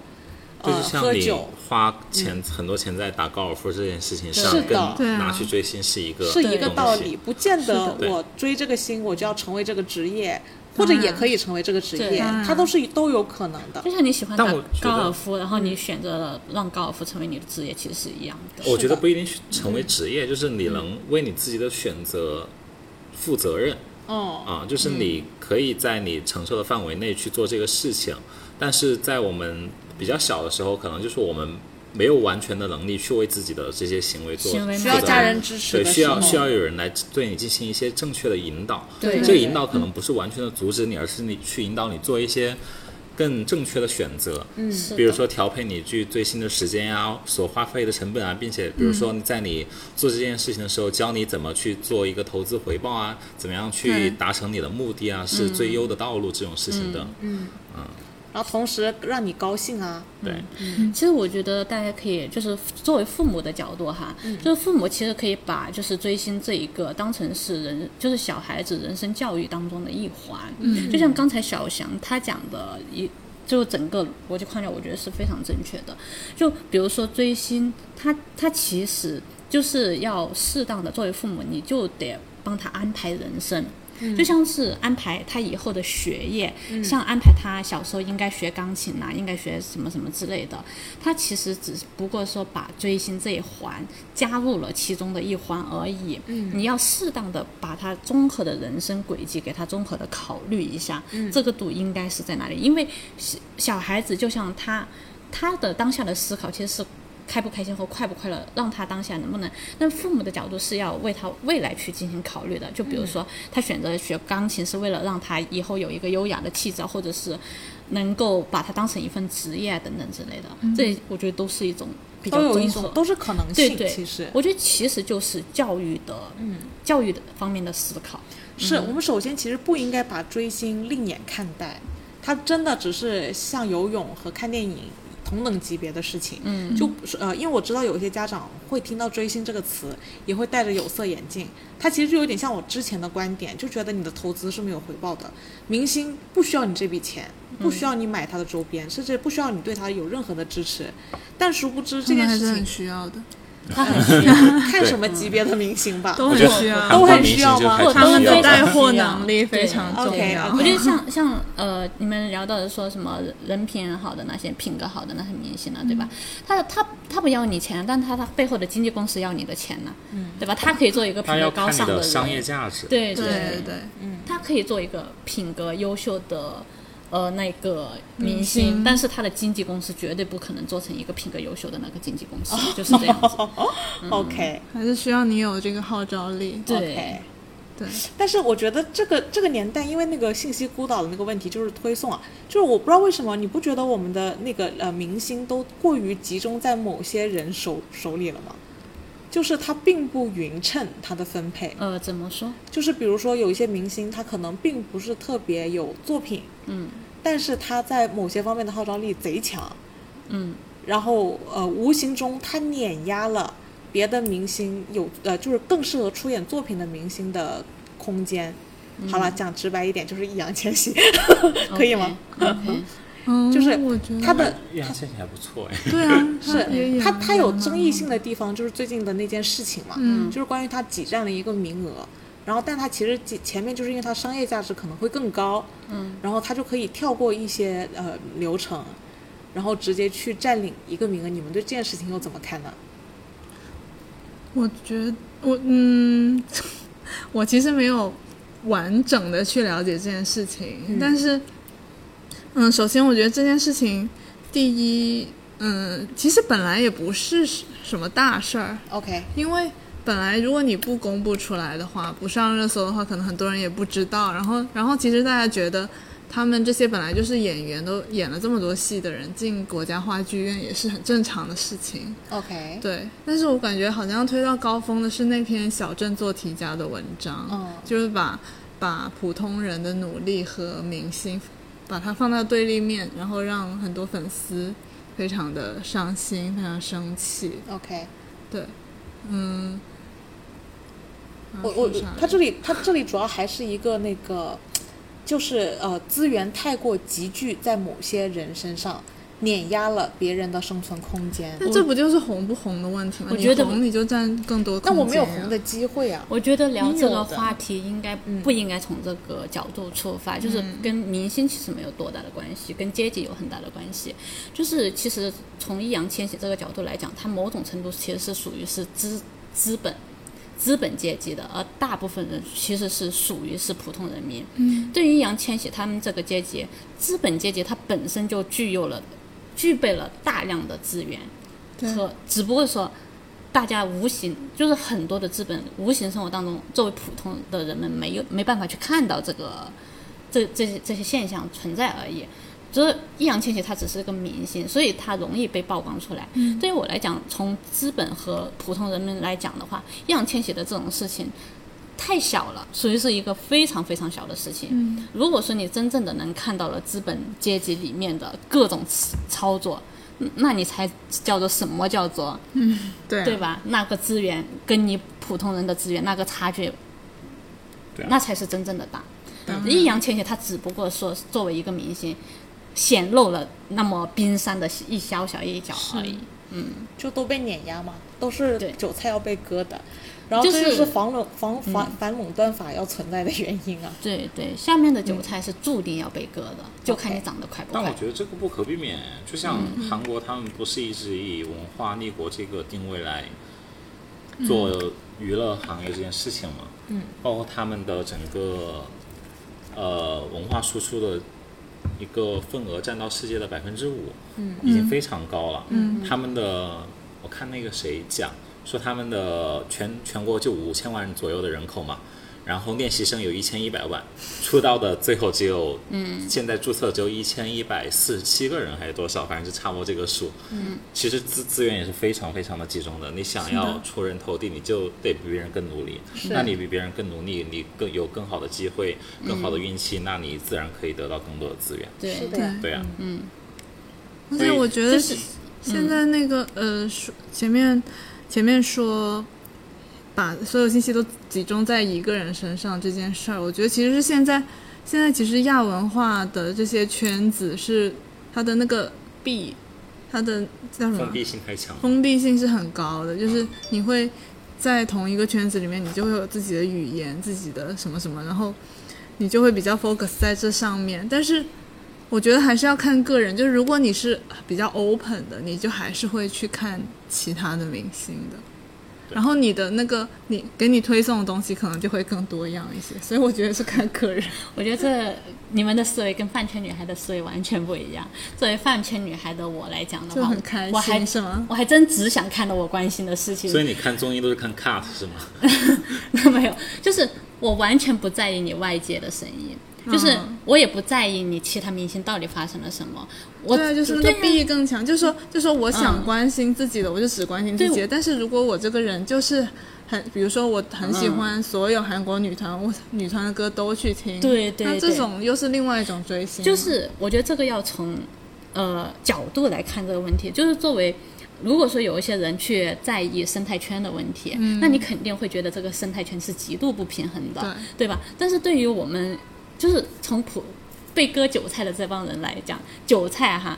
Speaker 2: 这
Speaker 3: 呃，喝
Speaker 2: 就像你
Speaker 3: 酒
Speaker 2: 花钱很多钱在打高尔夫这件事情上
Speaker 3: 是，
Speaker 2: 跟
Speaker 3: 的
Speaker 1: 对啊
Speaker 2: 拿去追星是一个
Speaker 3: 是一个
Speaker 2: 东
Speaker 3: 道
Speaker 2: 西
Speaker 3: 理，。不见得
Speaker 2: 对
Speaker 3: 我追这个星我就要成为这个职业，或者
Speaker 1: 当
Speaker 3: 也
Speaker 1: 然
Speaker 3: 可以成为这个职
Speaker 4: 对
Speaker 3: 业
Speaker 1: 当，
Speaker 3: 它
Speaker 1: 然
Speaker 3: 都是都有可能的
Speaker 4: 就。像你喜欢打
Speaker 2: 但我觉得
Speaker 4: 高尔夫，然后你选择了让高尔夫成为你的职业，其实是一样的。
Speaker 2: 我觉
Speaker 3: 的
Speaker 2: 得不一定去成为职业，就是你能为你自己的选择负责任
Speaker 3: 嗯，
Speaker 2: 啊，就是你可以在你承受的范围内去做这个事情。但是在我们比较小的时候，可能就是我们没有完全的能力去为自己的这些行为做
Speaker 4: 行为
Speaker 2: 负
Speaker 3: 需
Speaker 2: 责
Speaker 4: 需
Speaker 3: 要
Speaker 4: 要
Speaker 3: 家
Speaker 4: 家
Speaker 2: 任
Speaker 3: 人支持
Speaker 2: 对，
Speaker 3: 的
Speaker 2: 需要需
Speaker 3: 时候
Speaker 2: 要有人来对你进行一些正确的引导。
Speaker 4: 对
Speaker 2: 这个
Speaker 3: 对
Speaker 2: 引导可能不是完全的阻止你，而是你去引导你做一些更正确的选择。
Speaker 3: 嗯
Speaker 4: 是
Speaker 2: 比如
Speaker 4: 的
Speaker 2: 说调配你去最新的时间啊，所花费的成本啊，并且比如说你在你做这件事情的时候，教你怎么去做一个投资回报啊，怎么样去
Speaker 1: 嗯
Speaker 2: 达成你的目的啊，是最优的道路这种事情的。
Speaker 3: 然后同时让你高兴啊，
Speaker 2: 对，
Speaker 4: 其实我觉得大家可以就是作为父母的角度哈，就是父母其实可以把就是追星这一个当成是人就是小孩子人生教育当中的一环。嗯，就像刚才小翔他讲的一。就整个逻辑框架，我觉得是非常正确的。就比如说追星，他他其实就是要适当的，作为父母，你就得帮他安排人生。就像是安排他以后的学业，像安排他小时候应该学钢琴啊，应该学什么什么之类的，他其实只不过说把追星这一环加入了其中的一环而已。
Speaker 3: 嗯
Speaker 4: 你要适当的把他综合的人生轨迹给他综合的考虑一下，
Speaker 3: 嗯
Speaker 4: 这个度应该是在哪里？因为小小孩子就像他，他的当下的思考其实是。开不开心和快不快乐，让他当下能不能？但父母的角度是要为他未来去进行考虑的。就比如说，
Speaker 3: 嗯
Speaker 4: 他选择学钢琴是为了让他以后有一个优雅的气质啊，或者是能够把它当成一份职业啊等等之类的。这我觉得都是一种比较
Speaker 3: 嗯都有一
Speaker 4: 综
Speaker 3: 种
Speaker 4: 合。
Speaker 3: 都是可能
Speaker 4: 对
Speaker 3: 性。
Speaker 4: 对，
Speaker 3: 其实
Speaker 4: 我觉得其实就是教育的，嗯，教育的方面的 思考。
Speaker 3: 是
Speaker 4: 嗯
Speaker 3: 我们首先其实不应该把追星另眼看待，它真的只是像游泳和看电影同等级别的事情。
Speaker 4: 嗯，
Speaker 3: 就是呃，因为我知道有一些家长会听到“追星”这个词，也会戴着有色眼镜。他其实就有点像我之前的观点，就觉得你的投资是没有回报的，明星不需要你这笔钱，
Speaker 4: 嗯
Speaker 3: 不需要你买他的周边，甚至不需要你对他有任何的支持。但殊不知这
Speaker 1: 他
Speaker 3: 件
Speaker 1: 们还
Speaker 3: 事
Speaker 1: 是很
Speaker 4: 嗯
Speaker 3: 情，
Speaker 1: 需要的，
Speaker 4: 他很 需要，
Speaker 3: 看什么级别的明星吧，
Speaker 1: 都
Speaker 2: 我
Speaker 1: 很
Speaker 2: 觉得
Speaker 1: 需要
Speaker 2: 韩国
Speaker 3: 都很
Speaker 2: 明
Speaker 3: 需
Speaker 2: 星
Speaker 3: 要
Speaker 2: 就
Speaker 3: 吗
Speaker 2: 还
Speaker 4: 我
Speaker 2: 挺
Speaker 4: 当
Speaker 1: 他
Speaker 4: 然
Speaker 1: 们
Speaker 2: 需要
Speaker 1: 的
Speaker 4: 对
Speaker 1: 带
Speaker 2: 的。
Speaker 1: 货能力非常重
Speaker 3: 对
Speaker 1: 要。
Speaker 3: ，OK，OK
Speaker 4: 我觉得像像呃，你们聊到的说什么人品好的那些品格好的那些明星啊呢，对吧？
Speaker 1: 嗯
Speaker 4: 他他他不要你钱，但他他背后的经纪公司要你的钱呢，对吧？他可以做一个品
Speaker 2: 他要
Speaker 4: 格
Speaker 2: 看
Speaker 4: 高
Speaker 2: 你
Speaker 4: 尚
Speaker 2: 的商业
Speaker 4: 人，
Speaker 2: 价值。
Speaker 4: 对
Speaker 1: 嗯对对对，
Speaker 4: 他可以做一个品格优秀的。呃，那个明
Speaker 1: 明
Speaker 4: 星，
Speaker 1: 星
Speaker 4: 但是他的经纪公司绝对不可能做成一个品格优秀的那个经纪公
Speaker 3: 哦
Speaker 4: 司，就是这样子。
Speaker 3: OK，
Speaker 1: 还是需要你有这个号召力。
Speaker 4: 对
Speaker 3: OK
Speaker 1: 对，
Speaker 3: 但是我觉得这个这个年代，因为那个信息孤岛的那个问题，就是推送啊，就是我不知道为什么，你不觉得我们的那个呃明星都过于集中在某些人手手里了吗？就是他并不匀称他的分配，
Speaker 4: 呃，怎么说？
Speaker 3: 就是比如说有一些明星，他可能并不是特别有作品，
Speaker 4: 嗯
Speaker 3: 但是他在某些方面的号召力贼强，
Speaker 4: 嗯，
Speaker 3: 然后呃，无形中他碾压了别的明星有呃，就是更适合出演作品的明星的空间。好了，讲直白一点，就是易烊千玺，可以吗？
Speaker 4: ？OK，
Speaker 1: 嗯，
Speaker 3: 就是
Speaker 1: 我觉得
Speaker 3: 他的
Speaker 2: 易烊千玺还不错哎，
Speaker 1: 对啊，
Speaker 3: 是
Speaker 1: 也演
Speaker 3: 他
Speaker 1: 了
Speaker 3: 他有
Speaker 1: 嘛
Speaker 3: 争议性的地方，就是最近的那件事情嘛，
Speaker 1: 嗯
Speaker 3: 就是关于他挤占了一个名额，然后但他其实挤前面就是因为他商业价值可能会更高，
Speaker 4: 嗯，
Speaker 3: 然后他就可以跳过一些呃流程，然后直接去占领一个名额。你们对这件事情又怎么看呢？
Speaker 1: 我觉得我嗯， 我其实没有完整的去了解这件事情，但是嗯，首先我觉得这件事情，第一，嗯，其实本来也不是什么大事儿，
Speaker 3: OK，
Speaker 1: 因为本来如果你不公布出来的话，不上热搜的话，可能很多人也不知道。然后，然后其实大家觉得他们这些本来就是演员，都演了这么多戏的人，进国家话剧院也是很正常的事情。
Speaker 3: OK，
Speaker 1: 对，但是我感觉好像推到高峰的是那篇小镇做题家的文章，
Speaker 3: 嗯
Speaker 1: 就是把把普通人的努力和明星把它放到对立面，然后让很多粉丝非常的伤心，非常生气。
Speaker 3: OK，
Speaker 1: 对，嗯，啊
Speaker 3: 我我
Speaker 1: 说啥来
Speaker 3: 他
Speaker 1: 着
Speaker 3: 这里他这里主要还是一个那个，就是呃资源太过集聚在某些人身上，碾压了别人的生存空间。
Speaker 1: 那这不就是红不红的问题吗？
Speaker 4: 我
Speaker 1: 你
Speaker 4: 觉得
Speaker 1: 红你就占更多空
Speaker 3: 但
Speaker 1: 间、啊。
Speaker 3: 我没有红的机会啊。
Speaker 4: 我觉得聊
Speaker 3: 你
Speaker 4: 这
Speaker 3: 有
Speaker 4: 个
Speaker 3: 的
Speaker 4: 话题应该不应该从这个角度出发，就是跟明星其实没有多大的关系，跟阶级有很大的关系。就是其实从易烊千玺这个角度来讲，他某种程度其实是属于是资资本。资本阶级的，而大部分人其实是属于是普通人民。嗯，对于易烊千玺他们这个阶级，资本阶级它本身就具有了具备了大量的资源，
Speaker 1: 对
Speaker 4: 和只不过说大家无形就是很多的资本无形生活当中，作为普通的人们没有没办法去看到这个这这些这些现象存在而已。就是易烊千玺他只是个明星，所以他容易被曝光出来。对于我来讲，从资本和普通人民来讲的话，易烊千玺的这种事情太小了，属于是一个非常非常小的事情。如果说你真正的能看到了资本阶级里面的各种操作，嗯那你才叫做什么叫做
Speaker 1: 对
Speaker 4: 对吧？那个资源跟你普通人的资源那个差距，
Speaker 2: 对啊
Speaker 4: 那才是真正的大。易烊千玺他只不过说作为一个明星，显露了那么冰山的一小小一角而已。
Speaker 3: 就都被碾压嘛，都是
Speaker 4: 对
Speaker 3: 韭菜要被割的。然后
Speaker 4: 就
Speaker 3: 这就是是反垄反
Speaker 1: 嗯
Speaker 3: 反反垄断法要存在的原因啊。
Speaker 4: 对对，下面的韭菜是注定要被割的，
Speaker 2: 嗯
Speaker 4: 就看你长得快不
Speaker 2: 但
Speaker 4: 快
Speaker 2: 我。觉得这个不嗯可避免，就像韩国他们不是一直以文化立国这个定位来做娱乐行业这件事情嘛，嗯，包括他们的整个呃文化输出的一个份额占到世界的百分之五，嗯，已经非常高了，嗯，他们的我看那个谁讲说他们的全全国就五千万左右的人口嘛，然后练习生有一千一百万，出道的最后只有，嗯，现在注册只有一千一百四十七个人还是多少，反正就差不多这个数。嗯，其实资资源也是非常非常的集中的，你想要出人头地，你就得比别人更努力。那你比别人更努力，你更有更好的机会，更好的运气，那你自然可以得到更多的资源。
Speaker 4: 对
Speaker 3: 是的呀，嗯
Speaker 2: 对啊，
Speaker 1: 嗯而
Speaker 2: 所
Speaker 1: 且
Speaker 2: 以
Speaker 1: 我觉得嗯
Speaker 4: 就是
Speaker 1: 现现在那个、呃，说前面前面说把所有信息都集中在一个人身上这件事儿，我觉得其实是现在现在其实亚文化的这些圈子是它的那个壁，它的叫什么
Speaker 2: 封闭性太强了。
Speaker 1: 嗯封闭性是很高的，就是你会在同一个圈子里面，你就会有自己的语言、自己的什么什么，然后你就会比较 focus 在这上面。但是我觉得还是要看个人，就是如果你是比较 open 的，你就还是会去看其他的明星的。然后你的那个你给你推送的东西可能就会更多样一些，所以我觉得是看个人。
Speaker 4: 我觉得这你们的思维跟饭圈女孩的思维完全不一样。作为饭圈女孩的我来讲的
Speaker 1: 就
Speaker 4: 话，
Speaker 1: 很开心
Speaker 4: 我还
Speaker 1: 是吗
Speaker 4: 我还真只想看到我关心的事情。
Speaker 2: 所以你看综艺都是看 cut 是吗？
Speaker 4: 没有，就是我完全不在意你外界的声音，就是
Speaker 1: 嗯
Speaker 4: 我也不在意你其他明星到底发生了什么。我
Speaker 1: 对，就是那
Speaker 4: 对
Speaker 1: 个
Speaker 4: 啊
Speaker 1: 利益更强。就是说，就是说，我想
Speaker 4: 嗯
Speaker 1: 关心自己的，我就只关心自己
Speaker 4: 对
Speaker 1: 的。但是如果我这个人就是很，比如说我很喜
Speaker 4: 嗯
Speaker 1: 欢所有韩国女团，我女团的歌都去听。
Speaker 4: 对对
Speaker 1: 那
Speaker 4: 对
Speaker 1: 这种又是另外一种追星了。
Speaker 4: 就是我觉得这个要从呃角度来看这个问题，就是作为。如果说有一些人去在意生态圈的问题，
Speaker 1: 嗯
Speaker 4: 那你肯定会觉得这个生态圈是极度不平衡的，对吧？但是对于我们，就是从普被割韭菜的这帮人来讲，韭菜哈，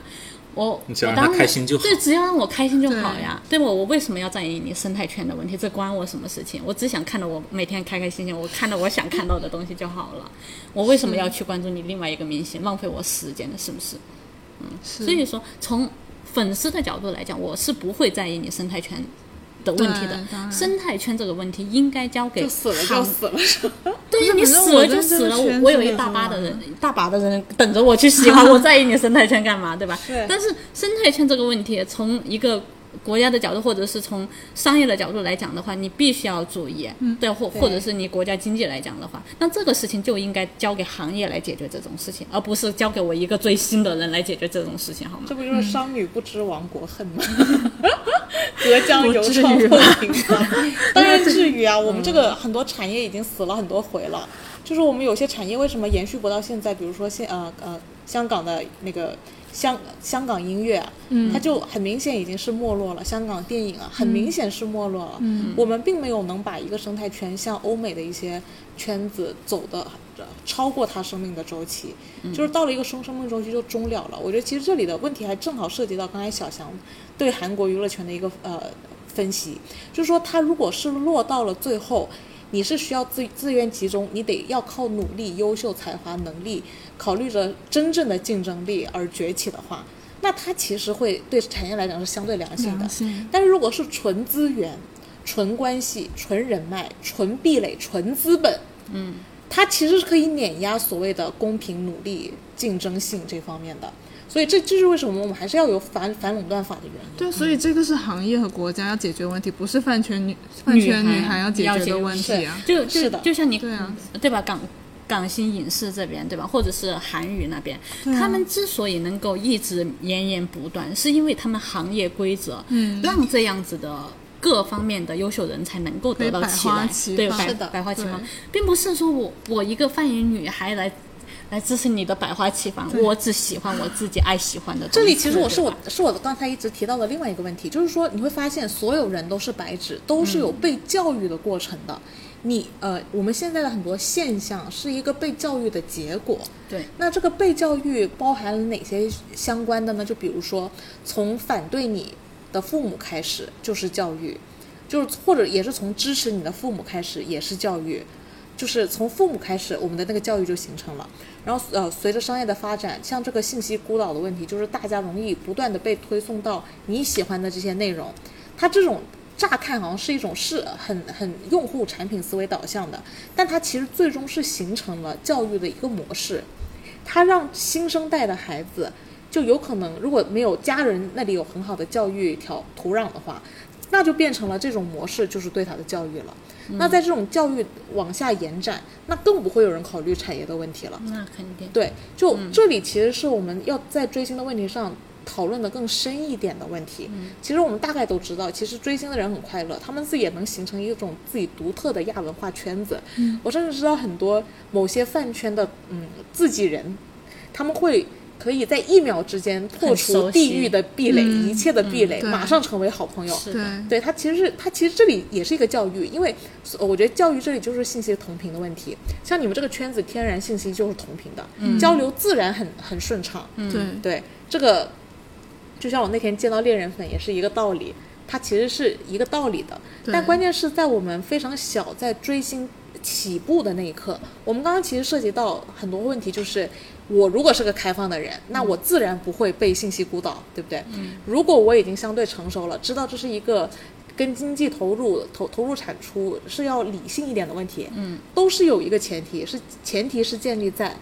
Speaker 4: 我
Speaker 2: 你只要
Speaker 4: 我
Speaker 2: 让他
Speaker 4: 当然
Speaker 2: 开心就好
Speaker 4: 对，只要让我开心就好呀，对吧？我为什么要在意你生态圈的问题？这关我什么事情？我只想看到我每天开开心心，我看到我想看到的东西就好了。我为什么要去关注你另外一个明星，浪费我时间的，是不是？
Speaker 1: 是
Speaker 4: 所以说，从粉丝的角度来讲，我是不会在意你生态圈的问题
Speaker 1: 对当
Speaker 4: 的。
Speaker 1: 然
Speaker 4: 生态圈这个问题应该交给
Speaker 3: 就死了就
Speaker 4: 行
Speaker 3: 死了，
Speaker 4: 对呀，
Speaker 1: 不
Speaker 4: 你
Speaker 1: 是反正
Speaker 4: 死了
Speaker 1: 我
Speaker 4: 就
Speaker 1: 在这
Speaker 4: 死
Speaker 1: 个
Speaker 4: 了，我
Speaker 1: 圈
Speaker 4: 我
Speaker 1: 子
Speaker 4: 有
Speaker 1: 里
Speaker 4: 一
Speaker 1: 头
Speaker 4: 大把的
Speaker 1: 玩
Speaker 4: 人，大把的人等着我去喜欢，我在意你生态圈干嘛，对吧？
Speaker 3: 是
Speaker 4: 但是生态圈这个问题，从一个国家的角度，或者是从商业的角度来讲的话，你必须要注意，对，或或者是你国家经济来讲的话，那这个事情就应该交给行业来解决这种事情，而不是交给我一个追星的人来解决这种事情，好吗
Speaker 3: 这？不
Speaker 1: 嗯
Speaker 3: 就是商女不知亡国恨 吗？隔江犹
Speaker 1: 不至
Speaker 3: 唱
Speaker 1: 于吧
Speaker 3: 后庭花， 当然至于啊！我们这个很多产业已经死了很多回了，就是我们有些产业为什么延续不到现在？比如说现呃呃香港的那个香香港音乐、啊，它就很明显已经是没落了。香港电影啊，很明显是没落了。我们并没有能把一个生态圈像欧美的一些圈子走的超过它生命的周期，就是到了一个生生命周期就终了了。我觉得其实这里的问题还正好涉及到刚才小翔对韩国娱乐圈的一个呃分析，就是说它如果是落到了最后。你是需要自自愿集中，你得要靠努力、优秀才华、能力，考虑着真正的竞争力而崛起的话，那它其实会对产业来讲是相对良性的。
Speaker 1: 良性
Speaker 3: 但是如果是纯资源、纯关系、纯人脉、纯壁垒、纯资本，嗯，它其实是可以碾压所谓的公平、努力、竞争性这方面的。所以这这是为什么我们还是要有反反垄断法的原因。
Speaker 1: 对，所以这个是行业和国家要解决问题，不是饭圈女饭圈
Speaker 4: 女
Speaker 1: 女
Speaker 4: 孩
Speaker 1: 孩要解
Speaker 4: 要
Speaker 1: 决
Speaker 4: 解
Speaker 1: 的
Speaker 4: 决
Speaker 1: 问题啊。
Speaker 4: 就就是
Speaker 3: 的
Speaker 4: 就像你
Speaker 1: 对啊
Speaker 4: 对吧？港港星影视这边，对吧？或者是韩语那边，
Speaker 1: 对啊
Speaker 4: 他们之所以能够一直源源不断，是因为他们行业规则，
Speaker 1: 嗯
Speaker 4: 让这样子的各方面的优秀人才能够得到
Speaker 1: 可以百
Speaker 4: 起
Speaker 1: 花
Speaker 4: 来，
Speaker 1: 齐
Speaker 4: 对，
Speaker 1: 放
Speaker 4: 百
Speaker 3: 是的
Speaker 4: 百花齐放
Speaker 1: 对，
Speaker 4: 并不是说我我一个泛语女孩来。来支持你的百花齐放，我只喜欢我自己爱喜欢的东西。
Speaker 3: 这里其实我是
Speaker 4: 对吧
Speaker 3: 我是我刚才一直提到的另外一个问题，就是说你会发现所有人都是白纸，都是有被教育的过程的。你呃，我们现在的很多现象是一个被教育的结果。
Speaker 4: 对，
Speaker 3: 那这个被教育包含了哪些相关的呢？就比如说，从反对你的父母开始就是教育，就是或者也是从支持你的父母开始也是教育，就是从父母开始，我们的那个教育就形成了。然后呃，随着商业的发展，像这个信息孤岛的问题，就是大家容易不断的被推送到你喜欢的这些内容，它这种。乍看好像是一种是很很用户产品思维导向的，但它其实最终是形成了教育的一个模式。他让新生代的孩子，就有可能如果没有家人那里有很好的教育条土壤的话，那就变成了这种模式，就是对他的教育了。那在这种教育往下延展，那更不会有人考虑产业的问题了。
Speaker 4: 那肯定。
Speaker 3: 对，就这里其实是我们要在追星的问题上讨论的更深一点的问题。其实我们大概都知道，其实追星的人很快乐，他们自己也能形成一种自己独特的亚文化圈子。我甚至知道很多某些饭圈的嗯自己人，他们会。可以在一秒之间破
Speaker 4: 很
Speaker 3: 除
Speaker 4: 熟悉
Speaker 3: 地域的壁垒，
Speaker 1: 嗯
Speaker 3: 一切的壁垒，
Speaker 1: 对
Speaker 3: 马上成为好朋友。
Speaker 4: 是的，
Speaker 3: 对
Speaker 1: 对，
Speaker 3: 它其实是它其实这里也是一个教育，因为呃我觉得教育这里就是信息同频的问题。像你们这个圈子，天然信息就是同频的，交流自然很很顺畅。
Speaker 4: 嗯
Speaker 1: 对，
Speaker 3: 对这个，就像我那天见到恋人粉也是一个道理，它其实是一个道理的。
Speaker 1: 对
Speaker 3: 但关键是在我们非常小，在追星起步的那一刻，我们刚刚其实涉及到很多问题，就是我如果是个开放的人，那我自然不会被信息孤岛，对不对？嗯、如果我已经相对成熟了，知道这是一个。跟经济投入、投投入产出是要理性一点的问题，嗯，都是有一个前提，是前提是建立在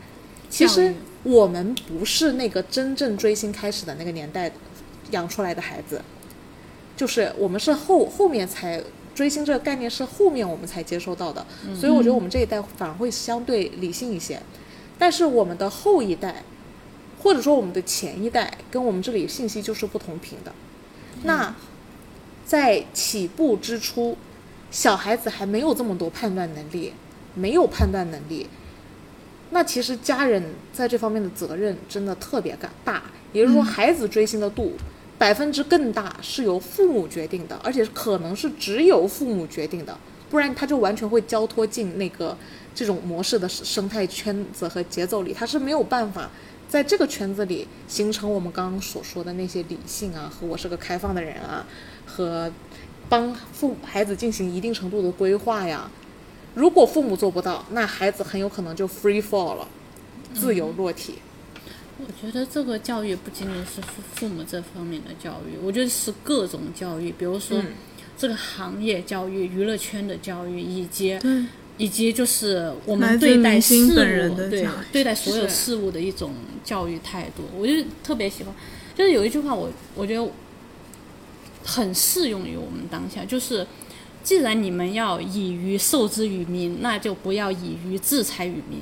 Speaker 3: 其
Speaker 4: 教
Speaker 3: 实
Speaker 4: 育
Speaker 3: 我们不是那个真正追星开始的那个年代养出来的孩子，就是我们是后后面才追星这个概念是后面我们才接收到的，
Speaker 4: 嗯
Speaker 3: 所以我觉得我们这一代反而会相对理性一些，但是我们的后一代，或者说我们的前一代，跟我们这里信息就是不同频的。
Speaker 4: 嗯
Speaker 3: 那在起步之初，小孩子还没有这么多判断能力，没有判断能力，那其实家人在这方面的责任真的特别大，也就是说，孩子追星的度百分之更大是由父母决定的，而且可能是只有父母决定的，不然他就完全会交托进那个这种模式的生态圈子和节奏里，他是没有办法。在这个圈子里形成我们刚刚所说的那些理性啊，和我是个开放的人啊，和帮父孩子进行一定程度的规划呀，如果父母做不到，那孩子很有可能就 free fall 了，自由落体。
Speaker 4: 我觉得这个教育不仅仅是父父母这方面的教育，我觉得是各种教育，比如说
Speaker 3: 嗯
Speaker 4: 这个行业教育、娱乐圈的教育，以及
Speaker 1: 对
Speaker 4: 以及就是我
Speaker 1: 来
Speaker 4: 们
Speaker 1: 自
Speaker 4: 对待
Speaker 1: 明
Speaker 4: 事
Speaker 1: 星
Speaker 4: 物
Speaker 1: 本人的
Speaker 4: 对
Speaker 1: 教育
Speaker 4: 对待所有
Speaker 3: 是
Speaker 4: 事物的一种教育态度，我就特别喜欢。就是有一句话我，我觉得很适用于我们当下，就是既然你们要以愚受之于民，那就不要以愚制裁于民，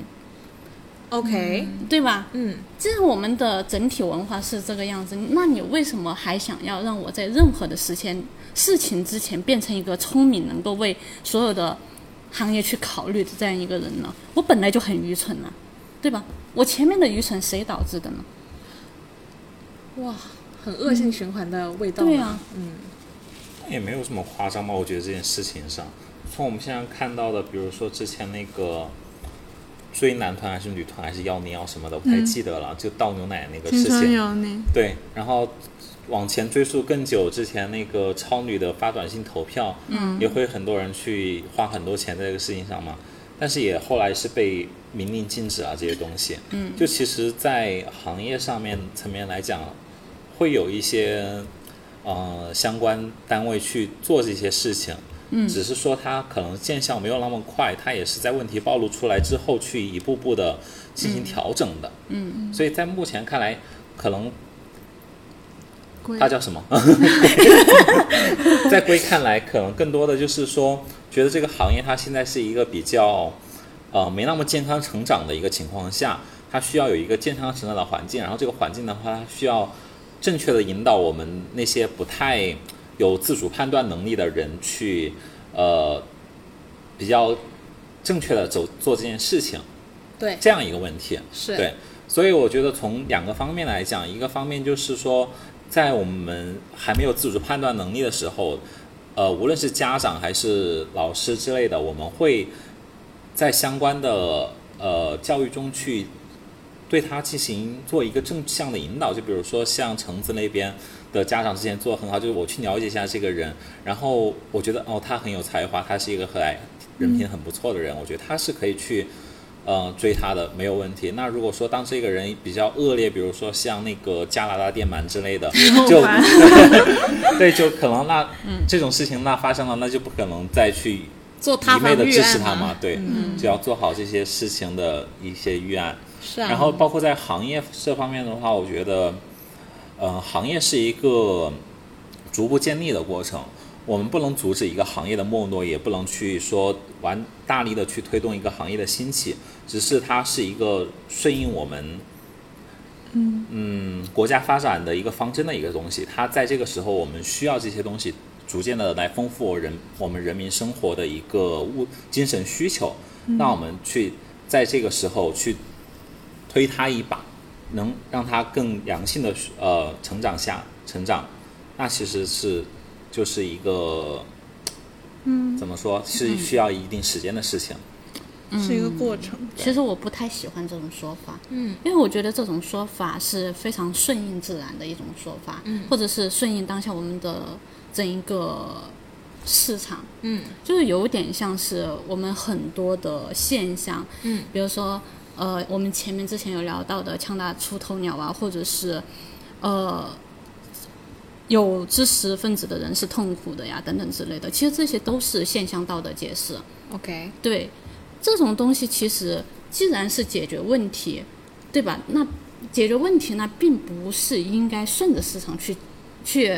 Speaker 4: 嗯
Speaker 3: OK，
Speaker 4: 对吧？
Speaker 3: 嗯
Speaker 4: 既然我们的整体文化是这个样子，那你为什么还想要让我在任何的时间事情之前变成一个聪明，能够为所有的行业去考虑的这样一个人呢？我本来就很愚蠢啊，对吧？我前面的愚蠢谁导致的呢？
Speaker 3: 哇，很恶性循环的味道、
Speaker 4: 对啊，
Speaker 2: 那也没有这么夸张吧？我觉得这件事情上，从我们现在看到的，比如说之前那个追男团还是女团还是要你要什么的，我不太记得了，就倒牛奶那个
Speaker 1: 嗯青
Speaker 2: 事
Speaker 1: 春
Speaker 2: 情，
Speaker 1: 有你，
Speaker 2: 对，然后。往前追溯更久之前，那个超女的发短信投票，嗯，也会很多人去花很多钱在这个事情上嘛。但是也后来是被明令禁止啊，这些东西。嗯，就其实，在行业上面层面来讲，会有一些呃相关单位去做这些事情。嗯，只是说它可能见效没有那么快，它也是在问题暴露出来之后去一步步的进行调整的。嗯，所以在目前看来，可能
Speaker 1: 贵
Speaker 2: 它叫什么？ 在归看来，可能更多的就是说，觉得这个行业它现在是一个比较呃没那么健康成长的一个情况下，他需要有一个健康成长的环境，然后这个环境的话，它需要正确的引导我们那些不太有自主判断能力的人去呃比较正确的走做这件事情，
Speaker 3: 对，
Speaker 2: 这样一个问题。
Speaker 3: 是，
Speaker 2: 对，所以我觉得从两个方面来讲，一个方面就是说，在我们还没有自主判断能力的时候，呃，无论是家长还是老师之类的，我们会在相关的呃教育中去对他进行做一个正向的引导。就比如说像橙子那边的家长之前做的很好，就是我去了解一下这个人，然后我觉得哦，他很有才华，他是一个很来人品很不错的人，我觉得他是可以去。呃，追他的没有问题。那如果说当这个人比较恶劣，比如说像那个加拿大电鳗之类 的，就 对，就可能那、
Speaker 4: 嗯
Speaker 2: 这种事情那发生了，那就不可能再去
Speaker 4: 做
Speaker 2: 一
Speaker 4: 他
Speaker 2: 昧
Speaker 4: 方
Speaker 2: 的
Speaker 4: 预
Speaker 2: 支持
Speaker 4: 案嗯
Speaker 2: 他嘛，对，就要做好这些事情的一些预案。
Speaker 3: 是啊。
Speaker 2: 然后包括在行业这方面的话，我觉得，呃，行业是一个逐步建立的过程。我们不能阻止一个行业的没落，也不能去说玩大力的去推动一个行业的兴起，只是它是一个顺应我们，嗯嗯，国家发展的一个方针的一个东西。它在这个时候，我们需要这些东西逐渐的来丰富我人我们人民生活的一个物精神需求。
Speaker 3: 嗯
Speaker 2: 那我们去在这个时候去推他一把，能让他更良性的呃成长下成长，那其实是就是一个，嗯，怎么说是需要一定时间的事情。
Speaker 1: 是一个过程。
Speaker 4: 其实我不太喜欢这种说法，嗯，因为我觉得这种说法是非常顺应自然的一种说法，嗯，或者是顺应当下我们的这一个市场，
Speaker 3: 嗯，
Speaker 4: 就是有点像是我们很多的现象，
Speaker 3: 嗯，
Speaker 4: 比如说呃，我们前面之前有聊到的强大出头鸟啊，或者是呃。有知识分子的人是痛苦的呀，等等之类的，其实这些都是现象道的解释。
Speaker 3: OK，
Speaker 4: 对，这种东西其实既然是解决问题，对吧？那解决问题呢，并不是应该顺着市场去去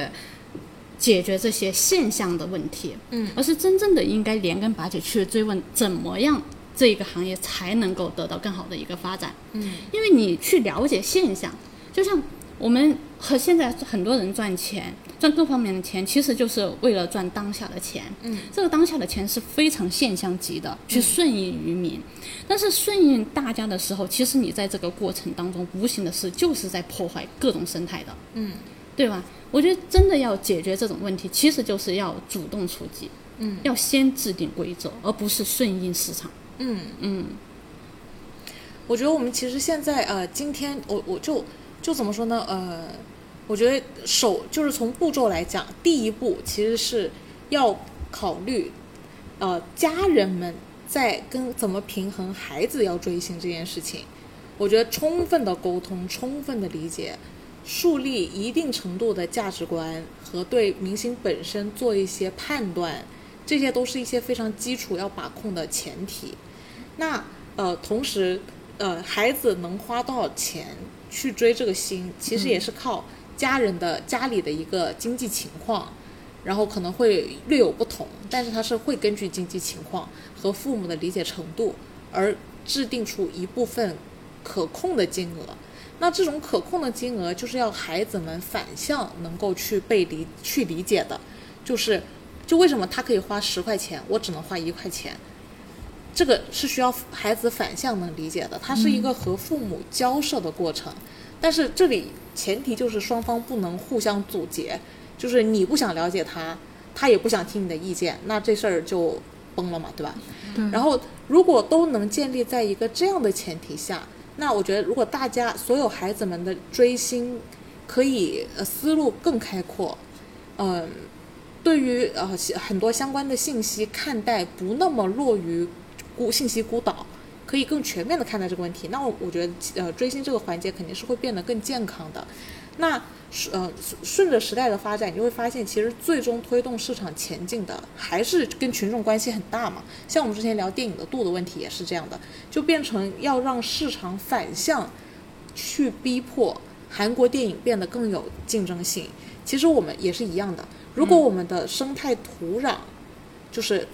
Speaker 4: 解决这些现象的问题，
Speaker 3: 嗯，
Speaker 4: 而是真正的应该连根拔起去追问怎么样。这个行业才能够得到更好的一个发展，
Speaker 3: 嗯，
Speaker 4: 因为你去了解现象，就像我们和现在很多人赚钱，赚各方面的钱，其实就是为了赚当下的钱，这个当下的钱是非常现象级的，去顺应于民。但是顺应大家的时候，其实你在这个过程当中，无形的是就是在破坏各种生态的，嗯，对吧？我觉得真的要解决这种问题，其实就是要主动出击，嗯，要先制定规则，而不是顺应市场。
Speaker 3: 我觉得我们其实现在呃，今天我我就就怎么说呢？呃，我觉得首就是从步骤来讲，第一步其实是要考虑呃家人们在跟怎么平衡孩子要追星这件事情。我觉得充分的沟通、充分的理解，树立一定程度的价值观和对明星本身做一些判断，这些都是一些非常基础要把控的前提。那呃，同时呃，孩子能花多少钱去追这个星，其实也是靠家人的、家里的一个经济情况，然后可能会略有不同，但是它是会根据经济情况和父母的理解程度而制定出一部分可控的金额。那这种可控的金额，就是要孩子们反向能够去被理去理解的，就是就为什么他可以花十块钱，我只能花一块钱，这个是需要孩子反向能理解的，它是一个和父母交涉的过程。但是这里前提就是双方不能互相阻截，就是你不想了解他，他也不想听你的意见，那这事儿就崩了嘛，对吧？
Speaker 1: 对
Speaker 3: 然后如果都能建立在一个这样的前提下，那我觉得如果大家所有孩子们的追星可以呃思路更开阔，嗯、对于呃西很多相关的信息看待不那么落于孤信息孤岛，可以更全面的看待这个问题。那我我觉得呃追星这个环节肯定是会变得更健康的。那是呃顺顺着时代的发展，你就会发现，其实最终推动市场前进的还是跟群众关系很大嘛。像我们之前聊电影的度的问题也是这样的，就变成要让市场反向去逼迫韩国电影变得更有竞争性。其实我们也是一样的，如果我们的生态土壤就是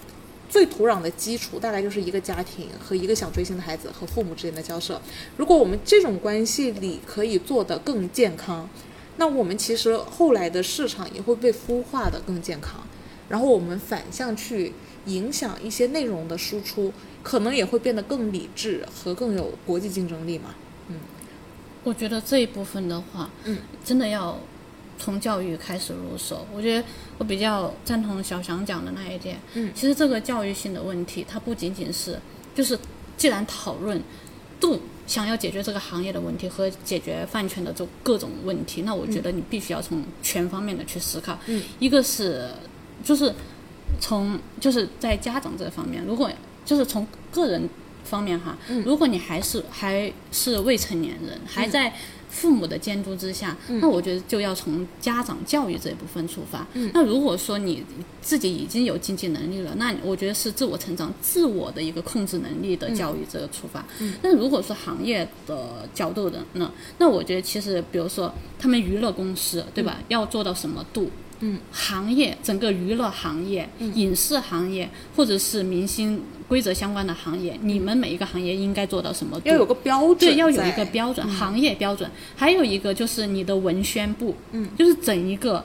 Speaker 3: 最土壤的基础大概就是一个家庭和一个想追星的孩子和父母之间的交涉。如果我们这种关系里可以做得更健康，那我们其实后来的市场也会被孵化的更健康，然后我们反向去影响一些内容的输出，可能也会变得更理智和更有国际竞争力嘛。
Speaker 4: 我觉得这一部分的话，
Speaker 3: 嗯，
Speaker 4: 真的要从教育开始入手。我觉得我比较赞同小翔讲的那一点，
Speaker 3: 嗯
Speaker 4: 其实这个教育性的问题，它不仅仅是就是既然讨论度想要解决这个行业的问题和解决饭圈的这各种问题，那我觉得你必须要从全方面的去思考。
Speaker 3: 嗯，
Speaker 4: 一个是就是从就是在家长这方面，如果就是从个人方面哈，
Speaker 3: 嗯
Speaker 4: 如果你还是还是未成年人，还在父母的监督之下，
Speaker 3: 嗯
Speaker 4: 那我觉得就要从家长教育这一部分出发。
Speaker 3: 嗯
Speaker 4: 那如果说你自己已经有经济能力了，那我觉得是自我成长、自我的一个控制能力的教育这个出发。
Speaker 3: 嗯
Speaker 4: 但如果说行业的角度的呢，那我觉得其实比如说他们娱乐公司对吧，要做到什么度？
Speaker 3: 嗯，
Speaker 4: 行业整个娱乐行业、影视行业，或者是明星规则相关的行业，
Speaker 3: 嗯
Speaker 4: 你们每一个行业应该做到什么度？
Speaker 3: 要有个标准在，嗯
Speaker 4: 对，要有一个标准，行业标准。还有一个就是你的文宣部，
Speaker 3: 嗯，
Speaker 4: 就是整一个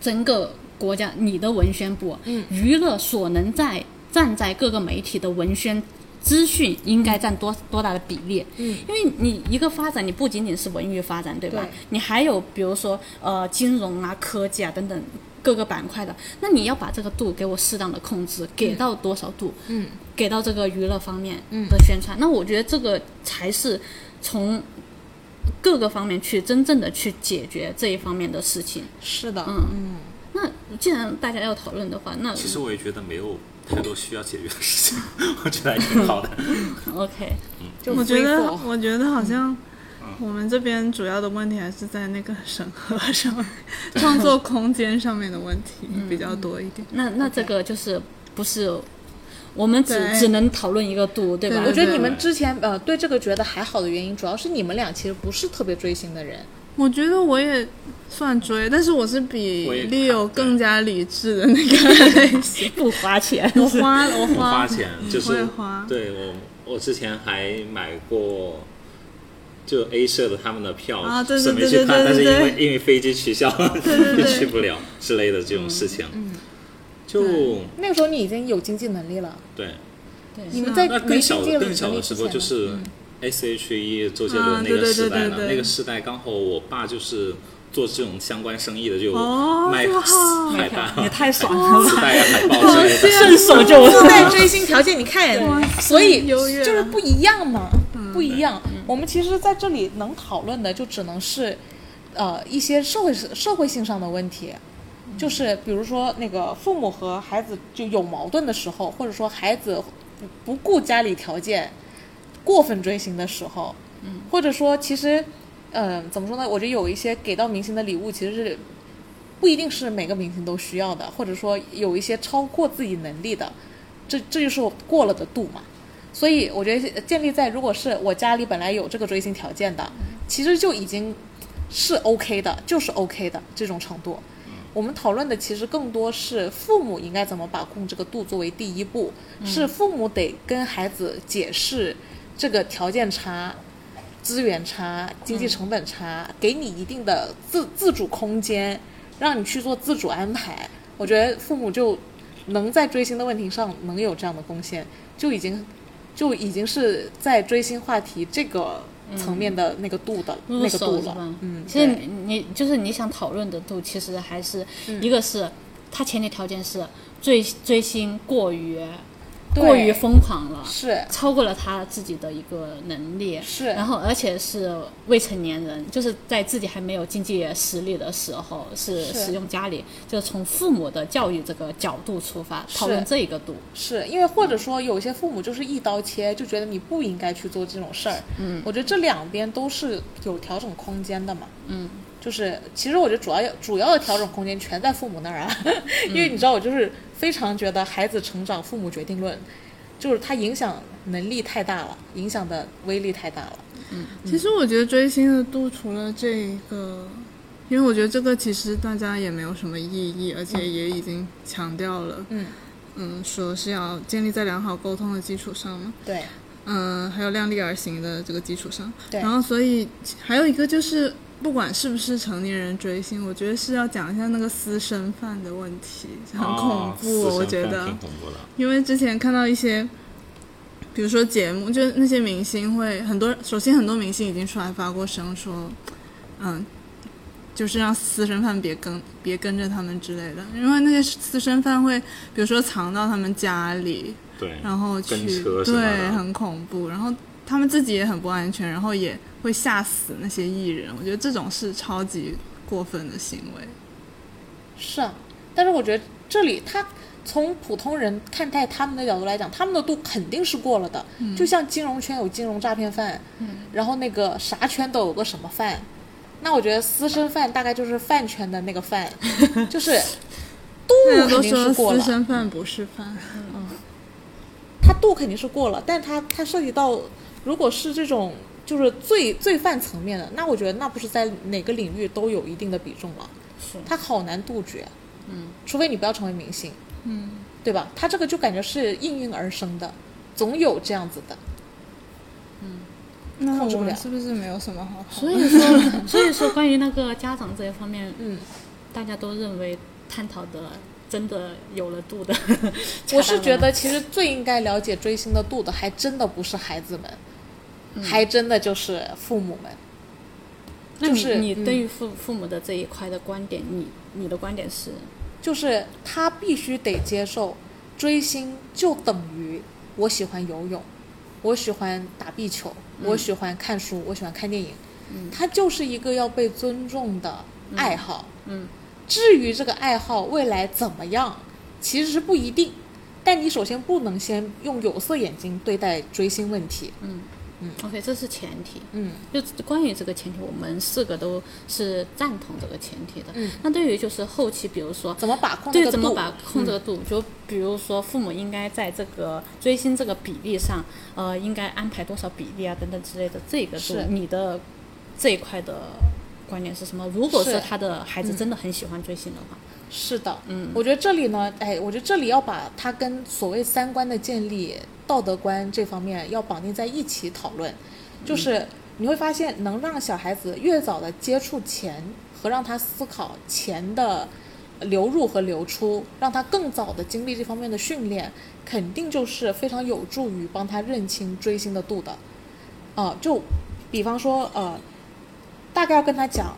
Speaker 4: 整个国家你的文宣部，
Speaker 3: 嗯，
Speaker 4: 娱乐所能在站在各个媒体的文宣资讯应该占多多大的比例？
Speaker 3: 嗯，
Speaker 4: 因为你一个发展，你不仅仅是文娱发展，对吧？
Speaker 3: 对
Speaker 4: 你还有比如说呃金融啊、科技啊等等。各个板块的，那你要把这个度给我适当的控制，给到多少度？
Speaker 3: 嗯
Speaker 4: 给到这个娱乐方面
Speaker 3: 嗯
Speaker 4: 的宣传。那我觉得这个才是从各个方面去真正的去解决这一方面的事情。
Speaker 3: 是的，
Speaker 4: 嗯
Speaker 3: 嗯
Speaker 4: 那既然大家要讨论的话，那
Speaker 2: 其实我也觉得没有太多需要解决的事情，我觉得还挺好的。
Speaker 4: OK，
Speaker 3: 就
Speaker 1: 我觉得
Speaker 3: free，fall
Speaker 1: 我觉得好像
Speaker 2: 嗯
Speaker 1: 我们这边主要的问题还是在那个审核上面，创作空间上面的问题
Speaker 4: 嗯
Speaker 1: 比较多一点。
Speaker 4: 那那这个就是不是我们只
Speaker 1: 对
Speaker 4: 只能讨论一个度，对吧？
Speaker 1: 对
Speaker 3: 我
Speaker 1: 对
Speaker 3: 觉得你
Speaker 1: 对
Speaker 3: 们之前呃对这个觉得还好的原因，主要是你们俩其实不是特别追星的人，
Speaker 1: 我觉得我也算追，但是我是比
Speaker 2: 我也看
Speaker 1: Leo 更加理智的那个类型。
Speaker 4: 不花钱，
Speaker 1: 我花了，我
Speaker 2: 我
Speaker 1: 花
Speaker 2: 花
Speaker 1: 了
Speaker 2: 钱就是
Speaker 1: 我也花
Speaker 2: 对我我之前还买过。就 A 社的他们的票，
Speaker 1: 啊对对
Speaker 2: 准备
Speaker 1: 对
Speaker 2: 去
Speaker 1: 对
Speaker 2: 看，
Speaker 1: 对
Speaker 2: 但是因
Speaker 1: 对
Speaker 2: 为因为飞机取消了，
Speaker 1: 对对嗯
Speaker 2: 就 去不了之类的这种事情，就
Speaker 3: 那个时候你已经有经济能力了，
Speaker 2: 对。
Speaker 3: 你
Speaker 4: 对，
Speaker 3: 们在
Speaker 2: 啊那
Speaker 3: 没
Speaker 2: 更
Speaker 3: 经
Speaker 2: 小
Speaker 3: 济能力
Speaker 2: 更小的时候就
Speaker 3: 之前呢
Speaker 2: 是 S H E 周杰
Speaker 1: 啊
Speaker 2: 伦那
Speaker 1: 对
Speaker 2: 个
Speaker 1: 对
Speaker 2: 时
Speaker 1: 对
Speaker 2: 代
Speaker 1: 对
Speaker 2: 了，
Speaker 1: 对
Speaker 2: 那个时代刚好我爸就是做这种相关生意的，就
Speaker 1: 哦
Speaker 2: 卖
Speaker 1: 这么好
Speaker 2: 海报、
Speaker 4: 也太 爽了
Speaker 2: 磁
Speaker 4: 吧！
Speaker 2: 带、海报之类的。
Speaker 4: 顺手就
Speaker 3: 自带追星条件，你看，所以
Speaker 1: 优越嗯
Speaker 3: 就是不一样嘛，不一样。我们其实在这里能讨论的，就只能是，呃，一些社会社会性上的问题，
Speaker 1: 嗯
Speaker 3: 就是比如说那个父母和孩子就有矛盾的时候，或者说孩子不不顾家里条件过分追星的时候，
Speaker 1: 嗯
Speaker 3: 或者说其实，嗯，怎么说呢？我觉得有一些给到明星的礼物，其实是不一定是每个明星都需要的，或者说有一些超过自己能力的，这这就是我过了的度嘛。所以我觉得建立在如果是我家里本来有这个追星条件的，其实就已经是 OK 的，就是 OK 的这种程度。我们讨论的其实更多是父母应该怎么把控这个度作为第一步，
Speaker 4: 嗯
Speaker 3: 是父母得跟孩子解释这个条件差、资源差、经
Speaker 4: 嗯
Speaker 3: 济成本差，给你一定的自自主空间，让你去做自主安排。我觉得父母就能在追星的问题上能有这样的贡献，就已经就已经是在追星话题这个层面的那个度的、
Speaker 4: 嗯入
Speaker 3: 那个
Speaker 4: 手
Speaker 3: 度
Speaker 4: 是吧
Speaker 3: 了。？嗯，
Speaker 4: 其实
Speaker 3: 对
Speaker 4: 你你就是你想讨论的度，其实还是、
Speaker 3: 嗯
Speaker 4: 一个是它前提条件是追追星过于
Speaker 3: 对
Speaker 4: 过于疯狂了。
Speaker 3: 是
Speaker 4: 超过了他自己的一个能力，
Speaker 3: 是
Speaker 4: 然后而且是未成年人，就是在自己还没有经济实力的时候，是
Speaker 3: 是
Speaker 4: 使用家里，就是从父母的教育这个角度出发讨论这一个度，
Speaker 3: 是因为或者说有些父母就是一刀切，就觉得你不应该去做这种事儿。嗯，我觉得这两边都是有调整空间的嘛。
Speaker 4: 嗯，
Speaker 3: 就是其实我觉得主要要主要的调整空间全在父母那儿啊， 因为你知道我就是非常觉得孩子成长父母决定论，就是它影响能力太大了，影响的威力太大了。
Speaker 1: 其实我觉得追星的度除了这一个，因为我觉得这个其实大家也没有什么意义，而且也已经强调了，
Speaker 3: 嗯
Speaker 1: 嗯说是要建立在良好沟通的基础上嘛，
Speaker 3: 对，
Speaker 1: 嗯、还有量力而行的这个基础上，
Speaker 3: 对
Speaker 1: 然后所以还有一个就是。不管是不是成年人追星，我觉得是要讲一下那个私生饭的问题，很恐
Speaker 2: 哦
Speaker 1: 怖、
Speaker 2: 私
Speaker 1: 我
Speaker 2: 生
Speaker 1: 觉
Speaker 2: 饭
Speaker 1: 得。
Speaker 2: 挺恐怖的。
Speaker 1: 因为之前看到一些，比如说节目，就是那些明星会很多，首先很多明星已经出来发过声说，嗯，就是让私生饭别跟别跟着他们之类的，因为那些私生饭会，比如说藏到他们家里，
Speaker 2: 对，
Speaker 1: 然后去
Speaker 2: 跟车什么的
Speaker 1: 对，很恐怖，然后他们自己也很不安全，然后也会吓死那些艺人，我觉得这种是超级过分的行为。
Speaker 3: 是啊，但是我觉得这里他从普通人看待他们的角度来讲，他们的度肯定是过了的。
Speaker 1: 嗯
Speaker 3: 就像金融圈有金融诈骗犯，然后那个啥圈都有个什么犯，那我觉得私生饭大概就是饭圈的那个 饭，就是度
Speaker 1: 大家
Speaker 3: 肯
Speaker 1: 都
Speaker 3: 定
Speaker 1: 说
Speaker 3: 是过
Speaker 1: 私
Speaker 3: 了，
Speaker 1: 生饭不是饭，
Speaker 3: 他度肯定是过了，但他他涉及到如果是这种。就是罪罪犯层面的，那我觉得那不是在哪个领域都有一定的比重了，
Speaker 4: 是
Speaker 3: 他好难杜绝，嗯，除非你不要成为明星，
Speaker 4: 嗯
Speaker 3: 对吧？他这个就感觉是应运而生的，总有这样子的。
Speaker 1: 那
Speaker 3: 控制不
Speaker 1: 我们
Speaker 3: 了
Speaker 1: 是不是没有什么好讨论？
Speaker 4: 所以说， 所以说关于那个家长这一方面，
Speaker 3: 嗯，
Speaker 4: 大家都认为探讨的真的有了度的。
Speaker 3: 我是觉得其实最应该了解追星的度的，还真的不是孩子们，
Speaker 4: 嗯
Speaker 3: 还真的就是父母们。
Speaker 4: 那
Speaker 3: 就
Speaker 4: 你、
Speaker 3: 是
Speaker 4: 你
Speaker 3: 嗯
Speaker 4: 对于父父母的这一块的观点，你你的观点是，
Speaker 3: 就是他必须得接受，追星就等于我喜欢游泳，我喜欢打壁球，
Speaker 4: 嗯
Speaker 3: 我喜欢看书，我喜欢看电影，它就是一个要被尊重的爱好。
Speaker 4: 嗯
Speaker 3: 至于这个爱好未来怎么样，其实是不一定。但你首先不能先用有色眼镜对待追星问题。
Speaker 4: 嗯，OK，这是前提。
Speaker 3: 嗯
Speaker 4: 就关于这个前提，我们四个都是赞同这个前提的。
Speaker 3: 嗯，
Speaker 4: 那对于就是后期，比如说
Speaker 3: 怎么把控这
Speaker 4: 对
Speaker 3: 个
Speaker 4: 怎么
Speaker 3: 度？嗯
Speaker 4: 把控这个度，就比如说父母应该在这个追星这个比例上，呃，应该安排多少比例啊，等等之类的，这个度
Speaker 3: 是，
Speaker 4: 你的这一块的观点是什么？如果
Speaker 3: 是嗯
Speaker 4: 说他的孩子真的很喜欢追星的话，
Speaker 3: 是的，嗯，我觉得这里呢，哎，我觉得这里要把它跟所谓三观的建立、道德观这方面要绑定在一起讨论。就是你会发现，能让小孩子越早的接触钱和让他思考钱的流入和流出，让他更早的经历这方面的训练，肯定就是非常有助于帮他认清追星的度的。呃，就比方说，呃，大概要跟他讲，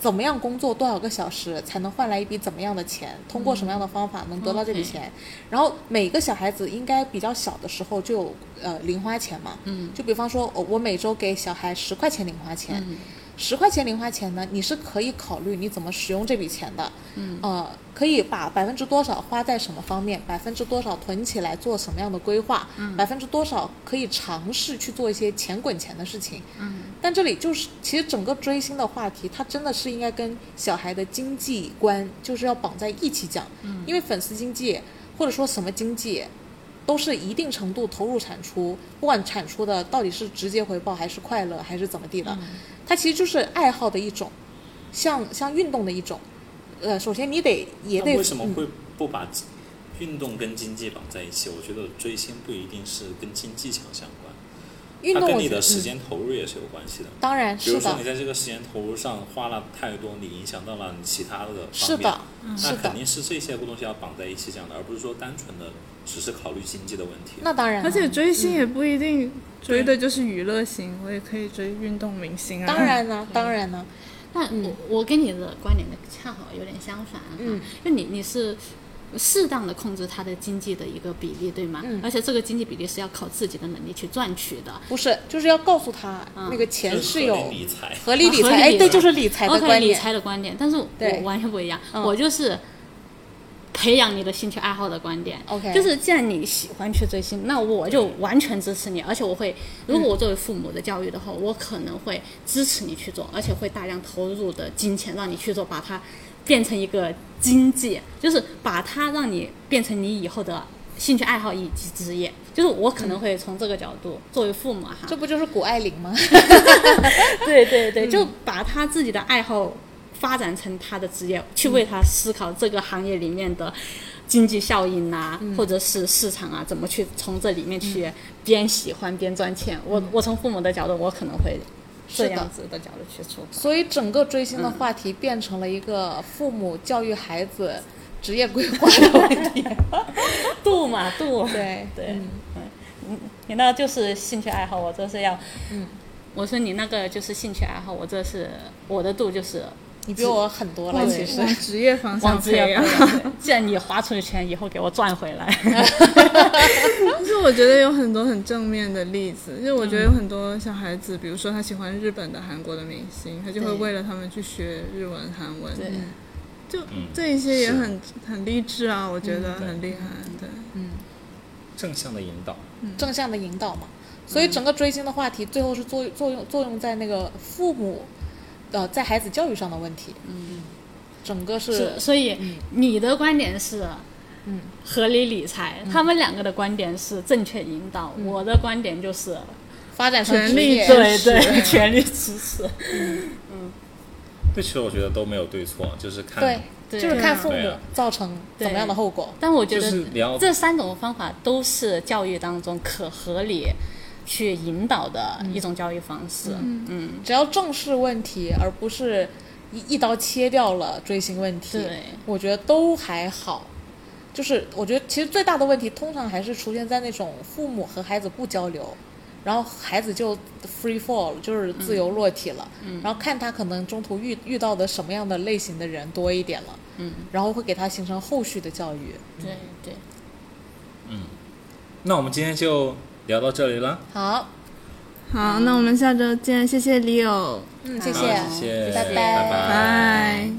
Speaker 3: 怎么样工作多少个小时才能换来一笔怎么样的钱，通过什么样的方法能得到这笔钱。然后每个小孩子应该比较小的时候就有呃零花钱嘛，嗯，就比方说，我我每周给小孩十块钱零花钱。十块钱零花钱呢，你是可以考虑你怎么使用这笔钱的，嗯，呃，可以把百分之多少花在什么方面，百分之多少囤起来做什么样的规划，嗯，百分之多少可以尝试去做一些钱滚钱的事情，嗯，但这里就是其实整个追星的话题，它真的是应该跟小孩的经济观就是要绑在一起讲，嗯，因为粉丝经济或者说什么经济，都是一定程度投入产出，不管产出的到底是直接回报还是快乐还是怎么地的，
Speaker 1: 嗯
Speaker 3: 它其实就是爱好的一种，像像运动的一种。呃，首先你得也
Speaker 2: 那
Speaker 3: 得
Speaker 2: 为什么
Speaker 3: 嗯
Speaker 2: 会不把运动跟经济绑在一起？我觉得追星不一定是跟经济强相关，
Speaker 3: 运
Speaker 2: 它
Speaker 3: 动？
Speaker 2: 跟
Speaker 3: 我
Speaker 2: 你
Speaker 3: 觉
Speaker 2: 的
Speaker 3: 得
Speaker 2: 时
Speaker 3: 嗯
Speaker 2: 间投入也是有关系的。
Speaker 3: 当然
Speaker 2: 比
Speaker 3: 是
Speaker 2: 如说
Speaker 3: 的
Speaker 2: 你，在这个时间投入上花了太多，你影响到了你其他的
Speaker 3: 是
Speaker 2: 方面
Speaker 3: 的，，
Speaker 2: 那
Speaker 3: 是的
Speaker 1: 嗯
Speaker 2: 肯，定是这些东西要绑在一起讲的，而不是说单纯的只是考虑经济的问题。
Speaker 3: 那当然了，啊
Speaker 1: 而且追星也不一
Speaker 3: 嗯
Speaker 1: 定追的就是娱乐型，我也可以追运动明星啊。
Speaker 3: 当，然呢，当然啊呢，
Speaker 4: 那我我跟你的观点呢，恰好有点相反哈、
Speaker 3: 嗯
Speaker 4: 就你你是适当的控制他的经济的一个比例，对吗？
Speaker 3: 嗯
Speaker 4: 而且这个经济比例是要靠自己的能力去赚取的。
Speaker 3: 不是，就是要告诉他
Speaker 4: 嗯
Speaker 3: 那个
Speaker 2: 就
Speaker 3: 钱
Speaker 2: 是
Speaker 3: 是
Speaker 2: 合理
Speaker 3: 有
Speaker 2: 理财，
Speaker 3: 合理理
Speaker 4: 啊合
Speaker 3: 财，
Speaker 4: 理
Speaker 3: 哎，
Speaker 4: 理
Speaker 3: 对，
Speaker 4: 财
Speaker 3: 就是理财的
Speaker 4: OK，
Speaker 3: 观
Speaker 4: 理
Speaker 3: 念，
Speaker 4: 财的观点，但是我
Speaker 3: 对
Speaker 4: 完全不一样，
Speaker 3: 嗯
Speaker 4: 我就是培养你的兴趣爱好的观点。
Speaker 3: OK
Speaker 4: 就是既然你喜欢去追星，那我就完全支持你，而且我会，如
Speaker 3: 嗯
Speaker 4: 果我作为父母的教育的话，我可能会支持你去做，而且会大量投入的金钱让你去做，把它变成一个经济，就是把它让你变成你以后的兴趣爱好以及职业。就是我可
Speaker 3: 嗯
Speaker 4: 能会从这个角度，作为父母啊哈，
Speaker 3: 这不就是谷爱凌吗？
Speaker 4: 嗯对对对，就把他自己的爱好发展成他的职业，去为他思考这个行业里面的经济效应啊，或者是市场啊，怎么去从这里面去边喜欢边赚钱。我我从父母的角度，我可能会这
Speaker 3: 是的
Speaker 4: 样子嗯的角度去出发。
Speaker 3: 所以整个追星的话题变成了一个父母教育孩
Speaker 4: 嗯
Speaker 3: 子职业规划的问题。
Speaker 4: 度嘛度，
Speaker 3: 对
Speaker 4: 对，
Speaker 3: 嗯
Speaker 4: 嗯，你那就是兴趣爱好，我这是要，
Speaker 3: 嗯，
Speaker 4: 我说你那个就是兴趣爱好，我这是我的度就是
Speaker 3: 你比我很多了，
Speaker 1: 往
Speaker 3: 其实
Speaker 1: 往职业方向
Speaker 4: 往职业
Speaker 1: 培养
Speaker 4: 培。养。对 既然你花出去钱，以后给我赚回来。
Speaker 1: 但是我觉得有很多很正面的例子，就我觉得有很多小孩子，比如说他喜欢日本的、韩国的明星，他就会
Speaker 4: 对
Speaker 1: 为了他们去学日文、韩文，
Speaker 4: 对，
Speaker 1: 就
Speaker 2: 嗯
Speaker 1: 这一些也
Speaker 2: 是
Speaker 1: 很很励志啊，我觉得
Speaker 2: 对
Speaker 1: 很厉害。对，
Speaker 2: 正向的引导，
Speaker 4: 嗯
Speaker 3: 正向的引导嘛。所以整个追星的话题最后是作作用作用在那个父母，呃，在孩子教育上的问题。嗯，整个是
Speaker 4: 是，所以你的观点是，
Speaker 3: 嗯，
Speaker 4: 合理理财。他们两个的观点是正确引导，我的观点就是
Speaker 3: 发展成
Speaker 1: 权
Speaker 3: 职
Speaker 1: 力
Speaker 3: 业
Speaker 1: 支
Speaker 4: 对
Speaker 1: 持
Speaker 4: 对， 全力支持。
Speaker 2: 对，其实我觉得都没有对错，就是看
Speaker 3: 对，
Speaker 4: 对
Speaker 3: 就是看父
Speaker 2: 对
Speaker 3: 母
Speaker 2: 啊
Speaker 3: 造成怎么样的后果。
Speaker 4: 但我觉
Speaker 2: 就
Speaker 4: 得
Speaker 2: 是你要
Speaker 4: 这三种方法都是教育当中可合理去引导的一种教育方式。嗯，
Speaker 3: 只要正视问题，而不是一一刀切掉了追星问题，
Speaker 4: 对
Speaker 3: 我觉得都还好。就是我觉得其实最大的问题，通常还是出现在那种父母和孩子不交流，然后孩子就 free fall，就是自由落体了。
Speaker 4: 嗯
Speaker 3: 然后看他可能中途遇遇到的什么样的类型的人多一点了，
Speaker 4: 嗯，
Speaker 3: 然后会给他形成后续的教育。
Speaker 4: 对对，
Speaker 2: 那我们今天就聊到这里了，
Speaker 3: 好，
Speaker 1: 好，那我们下周见，谢谢 Leo，
Speaker 3: 嗯，谢
Speaker 2: 好谢
Speaker 3: 谢
Speaker 2: 谢，
Speaker 3: 拜
Speaker 2: 拜
Speaker 1: 拜。